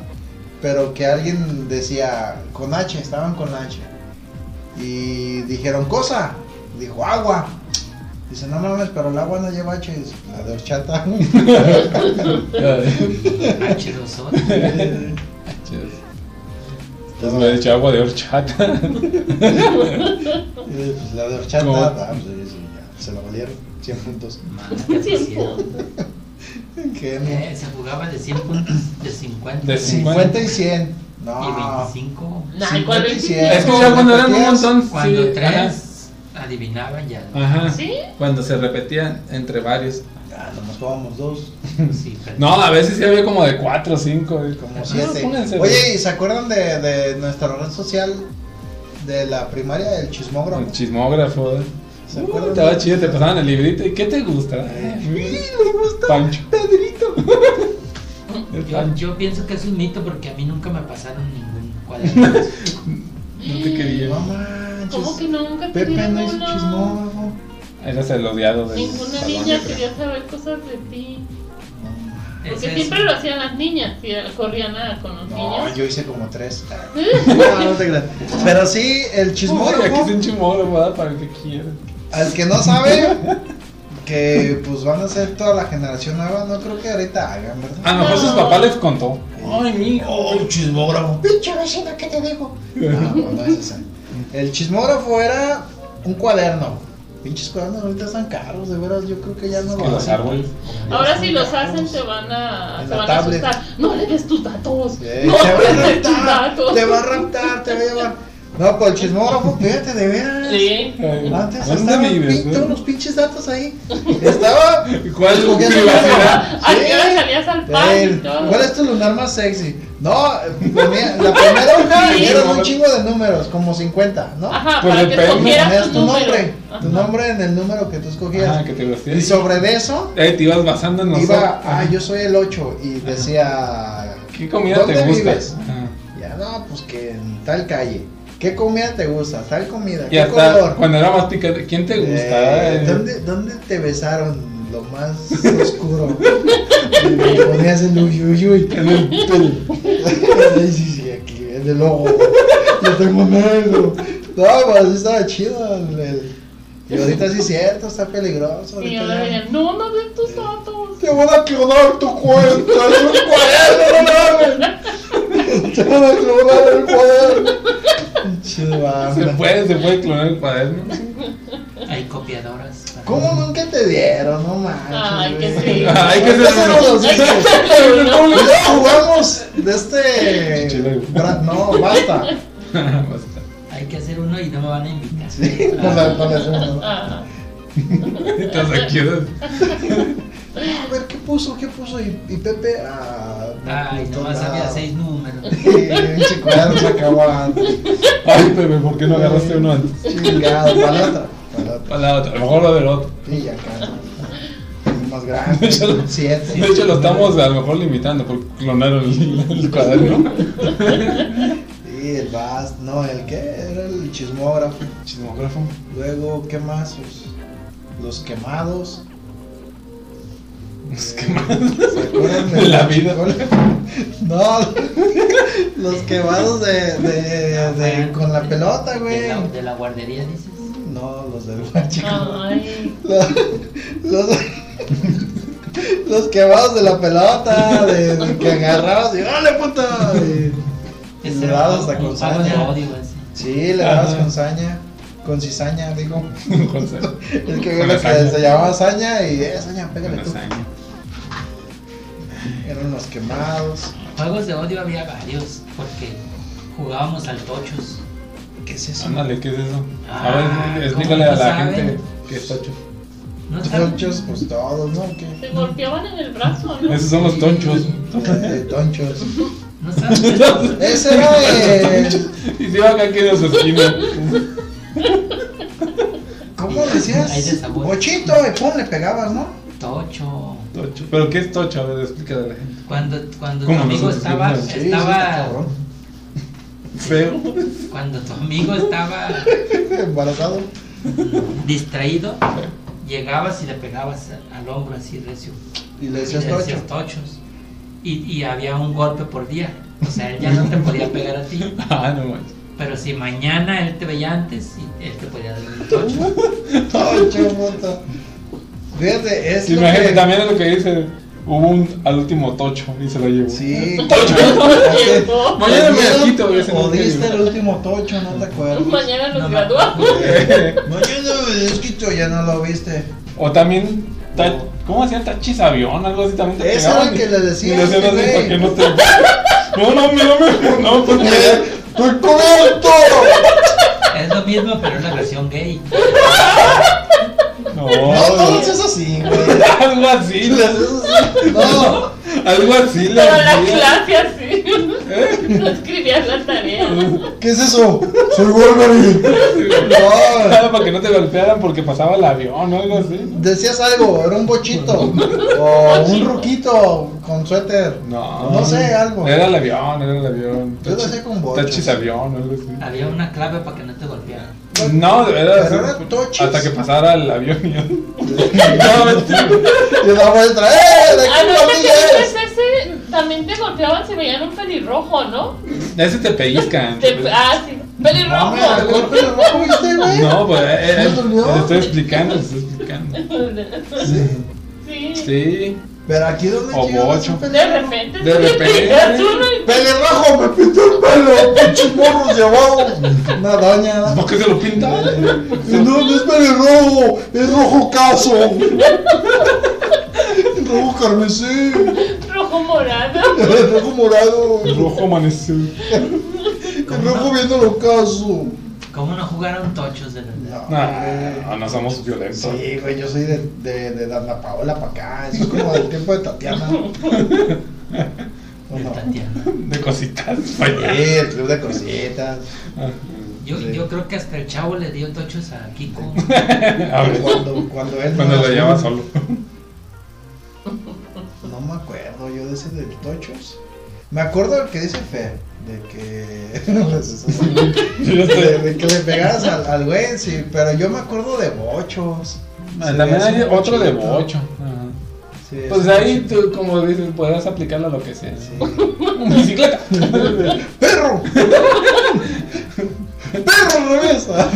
pero que alguien decía con H, estaban con H. Y dijeron cosa. Dijo agua. Dice, no mames, pero el agua no lleva H. Dice, la de horchata. Ah, H2O. Entonces me he hecho agua de horchata. Y dice, pues, la de horchata. No. Ah, pues, dice, ya, se la valieron. 100 puntos. Que no. Eh, Se jugaba de 100 puntos, de 50. De y 50 y 100. No. 25. Nah, ¿cuál 50 y es? 100. Es que ya cuando eran un montón. Cuando sí, tres adivinaban ya. Ajá. Ajá. ¿Sí? Cuando se repetían entre varios. Ah, nomás jugábamos dos. Sí, pero- No, a veces sí había como de 4 o 5. Como No, Ah, pónganse, siete. Oye, ¿y se acuerdan de, de nuestra red social de la primaria, el chismógrafo? el chismógrafo. eh. ¿Se Uh, acuerdan? estaba chido, te pasaban el librito. ¿Y qué te gusta? Eh, me gusta Pancho. Pedrito. El Yo, Pancho. yo pienso que es un mito porque a mí nunca me pasaron ningún cuaderno. No te quería. No manches. ¿Cómo que nunca te Pepe dieron no hizo uno? chismógrafo. Eras el odiado de Ninguna niña quería saber cosas de ti. Porque Ese es- siempre lo hacían las niñas, y corrían a, con los No, niños. yo hice como tres. No, no te creas. Pero sí, el Aquí es chismógrafo. un chismógrafo, ¿verdad? Para el que quiera. Al que no sabe, que pues van a ser toda la generación nueva, no creo que ahorita hagan, ¿verdad? Ah, A lo mejor sus No. papás les contó. Ay, mi. Oh, el chismógrafo. Pinche vecina, ¿qué te digo? No, no es esa. El chismógrafo era un cuaderno. Pinches cuadernos ahorita están caros, de veras. Yo creo que ya no que los hacen. árboles. Ahora si los hacen te van a, En se la van a tablet. asustar. No le des tus datos. Eh, no te va le a des tus raptar, datos. te va a raptar, te va a llevar. No, pues el chismógrafo, fíjate, de veras. Sí. Ay, Antes ¿Dónde estaban vives? pin- todos los pinches datos ahí. Estaba. ¿Y ¿Cuál es tu Ya se privacidad? acabó. ¿A qué hora salías al parque y El- todo? ¿Cuál es tu lunar más sexy? No, ponía- la primera hoja Sí. eran un chingo de números, como 50, ¿no? Ajá, Pues para que depende. escogieras Ponías tu tu nombre, número. tu nombre en el número que tú escogías. Ah, que te gusté. y sobre de eso Eh, te ibas basando en nosotros. iba, ah, yo soy el 8 y decía, ¿Qué comida te ¿Dónde gusta? vives? Ah. ya no, pues que en tal calle. ¿Qué comida te gusta? Tal comida, Y ¿qué hasta color? cuando era más picante, ¿quién te gusta? Eh, Eh, ¿dónde, dónde te besaron lo más oscuro? y le ponías el uy uy uy. En el pelo. Ay, sí, sí, aquí, en el ojo. Lo tengo negro. No, pues sí estaba chido. el- el- Y ahorita sí es cierto, está peligroso. Y ahorita ahora ya- dirían, no, no des tus datos. Te van a clonar tu cuenta, es un cuaderno, no mames. Te van a clonar el cuaderno. Chido, Se banda. puede, se puede clonar el cuaderno. Hay copiadoras. ¿Cómo nunca te dieron? No manches. Ay, qué güey. triste. Ay, que Ahorita ser somos los mismos. Ahorita Pues, Hay que hacerlo, ¿no? jugamos de este. Chichilo. Bra- No, basta. Basta. Hay que hacer uno y no me van a invitar. Sí, no la- no la hacemos, ¿no? Ah, Estás aquí. Ah. A ver, ¿qué puso? ¿Qué puso? Y, y Pepe, ah, Ay, puso nomás nada. había seis números. Sí, pinche cuaderno se acabó antes. Ay, Pepe, ¿por qué no agarraste uno antes? Chingado, para la otra. Para la otra. Para la otra, a lo mejor va a haber otro. Sí, ya acá. Más grande. Ya lo- Siete. De hecho, lo estamos a lo mejor limitando por clonar el, el cuaderno. Sí, el Bast, no, el qué? Era el chismógrafo. Chismógrafo. Luego, ¿qué más? Pues, los quemados. Los Eh, ¿se acuerdan de- La vida. No, los quemados de, de, de- con la pelota, güey. De la, de la guardería, dices. No, los del bar, chico. Ah. Ay, Los, los, los quemados de la pelota, de, de que agarrabas y ¡dale, puta! Y, y Ese le era dabas un- hasta con un pago de saña. odio, ese. Sí, le dabas Ajá. con saña, con cizaña, digo. José. El que, Con lo la que saña. se llamaba saña y, eh, saña, pégale Una tú. hazaña. Eran los quemados. Juegos de odio había varios, porque jugábamos al tochos. ¿Qué es eso? Ándale, ¿qué es eso? Ah, a ver, ¿cómo explícale a no la saben? gente que es tocho. ¿No saben? Tonchos, pues todos, ¿no? Se ¿Qué? golpeaban en el brazo, ¿no? Esos son los tonchos. Eh, tonchos. ¿No saben? Ese era el. Y se va acá aquí de su esquina. ¿Cómo le Ahí de decías? sabor. Bochito, y pum, le pegabas, ¿no? Tocho. Tocho. ¿Pero qué es tocho? A ver, explícale a la gente. Cuando, cuando tu ¿Cómo amigo nosotros estaba, primero? Sí, sí, está estaba, cabrón. Feo. cuando tu amigo estaba Embarazado. distraído, llegabas y le pegabas al hombro así recio. Y le Y decías le tocho. decías tochos. Y, y había un golpe por día. O sea, él ya no te podía pegar a ti. Ah, no manches. Pero si mañana él te veía antes, y él te podía dar un tocho. Tocho, puta. Fíjate, es. Sí, lo imagínate, que- también es lo que dice. Hubo un al último tocho y se lo llevó. Sí. Tiempo. Mañana me lo También quito. ese no me Jodiste el llevo. último tocho, no te acuerdas. Mañana nos No me graduamos. Mañana me desquito, ya no lo viste. O también, ta- ¿cómo hacían tachis avión? Algo así también te Esa pegaban era y- que le decían, y le hacían así güey. para que no te... No, no, no, no, no, no, porque... ¡Estoy correcto! Es lo mismo, pero es la versión gay. No, No, no le güey. haces así, güey. algo así, Le haces así. No, algo así. Pero la hacían. clase así. No escribías la tarea. ¿qué es eso? Soy Wolverine. No. Era para que no te golpearan porque pasaba el avión o algo así. Decías algo, era un bochito. O un ruquito con suéter. No, No sé, algo. Era el avión, era el avión. Yo lo Tachis- hacía con bochos. Tachis avión, algo así. Había una clave para que no te golpearan. No, era, Pero así, era tochis. hasta que pasara el avión y No, este, mentira. Yo daba vuelta. ¡Eh! ¿De A qué Ah, no familia ser que muchas veces también te golpeaban si veían un pelirrojo, ¿no? Ese te pellizcan. Te- ah, sí. No, me Ah, la Pelirrojo. golpe no lo viste, güey. No, pues eh, eh, ¿No dolió? te estoy explicando, te estoy explicando. Sí. Sí. Pero aquí donde O llegaba bocho. ese pele- De repente. De sí, repente. pegas uno y- Pelirrojo, me pintó el pelo, pinches morros de abajo. Una doña. ¿no? ¿Por qué se lo pintan? No, no es pelirrojo, es rojo caso. rojo carmesí, Rojo morado. rojo morado, Rojo amanecer. rojo viendo el ocaso. ¿Cómo no jugaron tochos de verdad? No, No, güey. ah, no somos violentos. Sí, güey, yo soy de, de, de Dana Paola para acá. Eso es como del tiempo de Tatiana. ¿O De no? Tatiana. De cositas. pues. Sí, el club de cositas. Ah, Yo, Sí. yo creo que hasta el chavo le dio tochos a Kiko. A ver, Cuando, cuando él. no cuando era lo lleva azul. solo. No me acuerdo yo de ese de Tochos. Me acuerdo del que dice Fer, de que. Yo no Pues de, estoy- de que le pegaras al, al güey, sí, pero yo me acuerdo de Bochos. Sí, También es un hay otro de bochito. bocho. Ajá. Sí, es Pues un ahí bochito. tú, como dices, podrás aplicarlo a lo que sea. Sí. Una bicicleta. ¡Perro! ¡Perro regresa!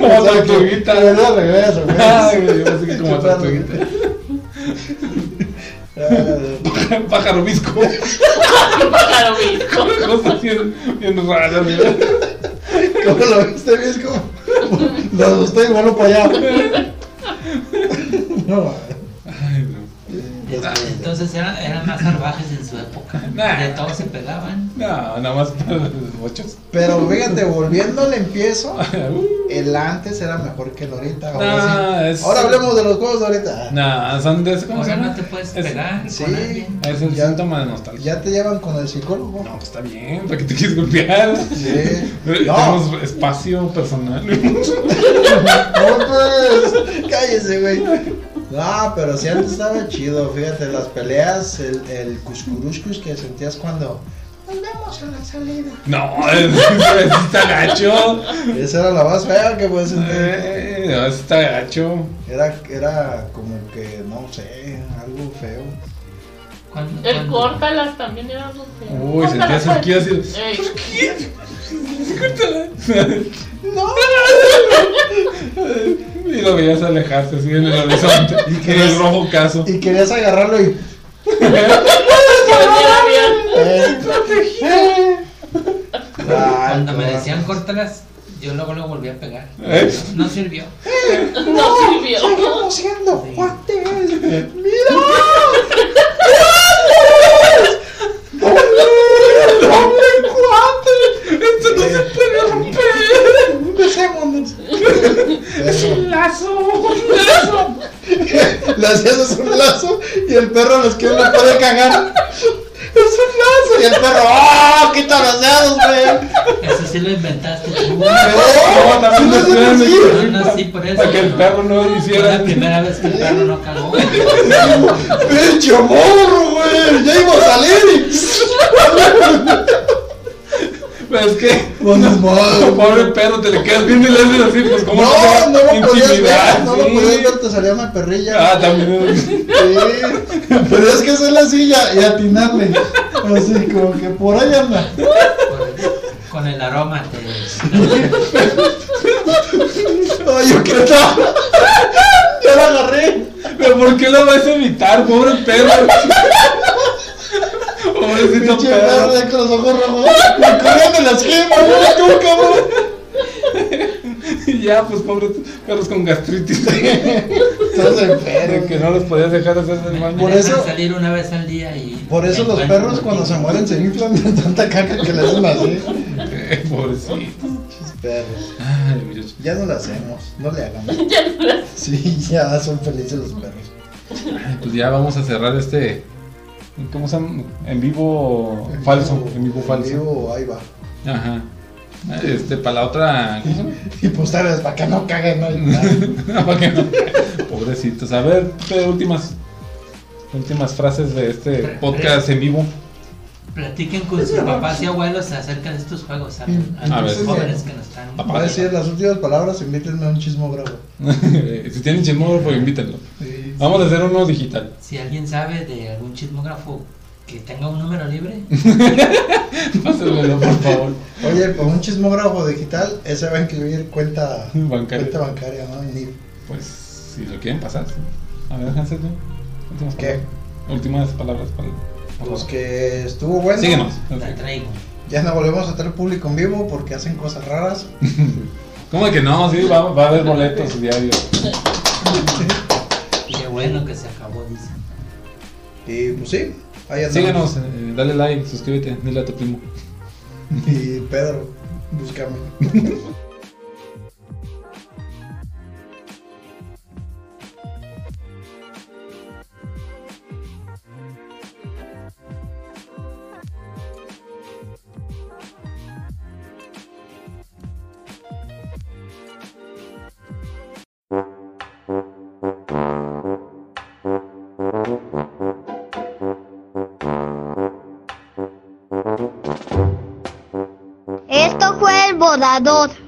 Como tortuguita. No, regresa, Ay, güey, yo pensé que como tortuguita. Pájaro visco. Un pájaro bizco. Cosas bien, bien raras. ¿verdad? ¿Cómo lo viste, bien? Es como. Lo asusté y vuelo para allá. No, pues, Ay, no. Entonces eran, eran más salvajes en su época. Nah. De todos se pegaban. No, nada más para los bochos. Pero fíjate, volviendo al empiezo, Uh, el antes era mejor que el ahorita. Ahora, Nah, sí. es- ahora hablemos de los juegos de ahorita. nah, son de ese, ¿cómo se Ahora no llama? te puedes Es- pegar Sí. con alguien. Es el Ya- síntoma de nostalgia. Ya te llevan con el psicólogo. No, pues está bien, ¿para qué te quieres golpear? Sí. No, Tenemos espacio personal. no, pues, cállese, güey. No, pero si antes estaba chido, fíjate, las peleas, el, el cuscuruscus que sentías cuando nos vemos en la salida. No, es- es- está gacho. Esa era la más fea que puedes sentir. Eh, no, está gacho. Era, era como que, no sé, algo feo. Cuando- El cuando- córtalas también era muy feo. Uy, sentías Córtalas, pues. aquí así. Ey. ¿Por qué? Córtala. No, Y lo veías alejarse así en el horizonte. En el rojo caso. ¿Eh? y querías agarrarlo y. Pero mira, mira. Eh, eh. Ay, Cuando Ah, me no. decían córtalas, yo luego lo volví a pegar. ¿Eh? No sirvió. No sirvió. Seguimos siendo Sí. cuates. Mira. ¡Mira! ¡Hombre cuates! le hacían es un lazo y el perro los que no puede cagar. Es un lazo. Y el perro, ¡ah! ¡Quita los dedos, güey! Eso sí lo inventaste tú. ¡Oh! también sí, lo sí, hacían. sí. No, no, sí, por eso. Para que el ¿no? perro no Fue la hiciera. primera vez que el perro no cagó. ¡Pinche morro, güey! ¡Ya iba a salir! Pero es que. No, no, no. Pobre perro, te le quedas viendo y le haces así, pues como. No, no lo podías ver, no lo podías sí. ver, te salía una perrilla. Ah, también. es- Sí, pero es que hacer la silla y atinarle. Así como que por ahí anda. Por- Con el aroma te. Ay, yo qué tal. Ya la agarré. Pero ¿por qué lo vas a evitar, pobre perro? Pobrecito Pinche perro perro. ya con los ojos rojos. Me corriendo las gemas, güey, tú, cabrón. Y ya, pues pobres perros con gastritis. Estás enfermo. De que no los podías dejar hacer el mal. Por Por eso- eso. salir una vez al día y. Por eso te los encuentro perros cuando se contigo. mueren se inflan de tanta caca que le hacen así. Eh, Pobrecito. Pinches perros. Ay, muchachos. Ya no lo hacemos, no le hagamos. Ya no las- Sí, ya son felices los perros. Ay, Pues ya vamos a cerrar este. ¿Cómo se llama? En vivo falso. En vivo falso. En vivo, ahí va. Ajá. Este, para la otra. ¿Cómo se llama? Y pues tal vez para que no caguen. ¿no? No, para que no. Pobrecitos. A ver, ¿qué últimas, últimas frases de este podcast en vivo. Platiquen con sus papás y abuelos acerca de estos juegos. A, a A los ver. jóvenes que nos están. Papá. Voy a decir las últimas palabras, invítenme a un chismo bravo. si tienen chismógrafo, invítenlo. Sí. Vamos a hacer uno digital. Si alguien sabe de algún chismógrafo que tenga un número libre, Pásenmelo, por favor. Oye, pues un chismógrafo digital, ese va a incluir cuenta Bancario. cuenta bancaria, ¿no? Ni- Pues, si lo quieren pasar. sí. A ver, Hansel, ¿no? Últimas ¿Qué? palabras. Últimas palabras para. para- Pues que estuvo bueno. Síguenos. la traigo. Ya no volvemos a tener público en vivo porque hacen cosas raras. ¿Cómo que no? Sí, va, va a haber boletos diarios. Qué bueno que se acabó, dice. Y pues sí, ahí andamos. Síguenos, eh, dale like, suscríbete, dile a tu primo. Y Pedro, búscame. Esto fue el bodador.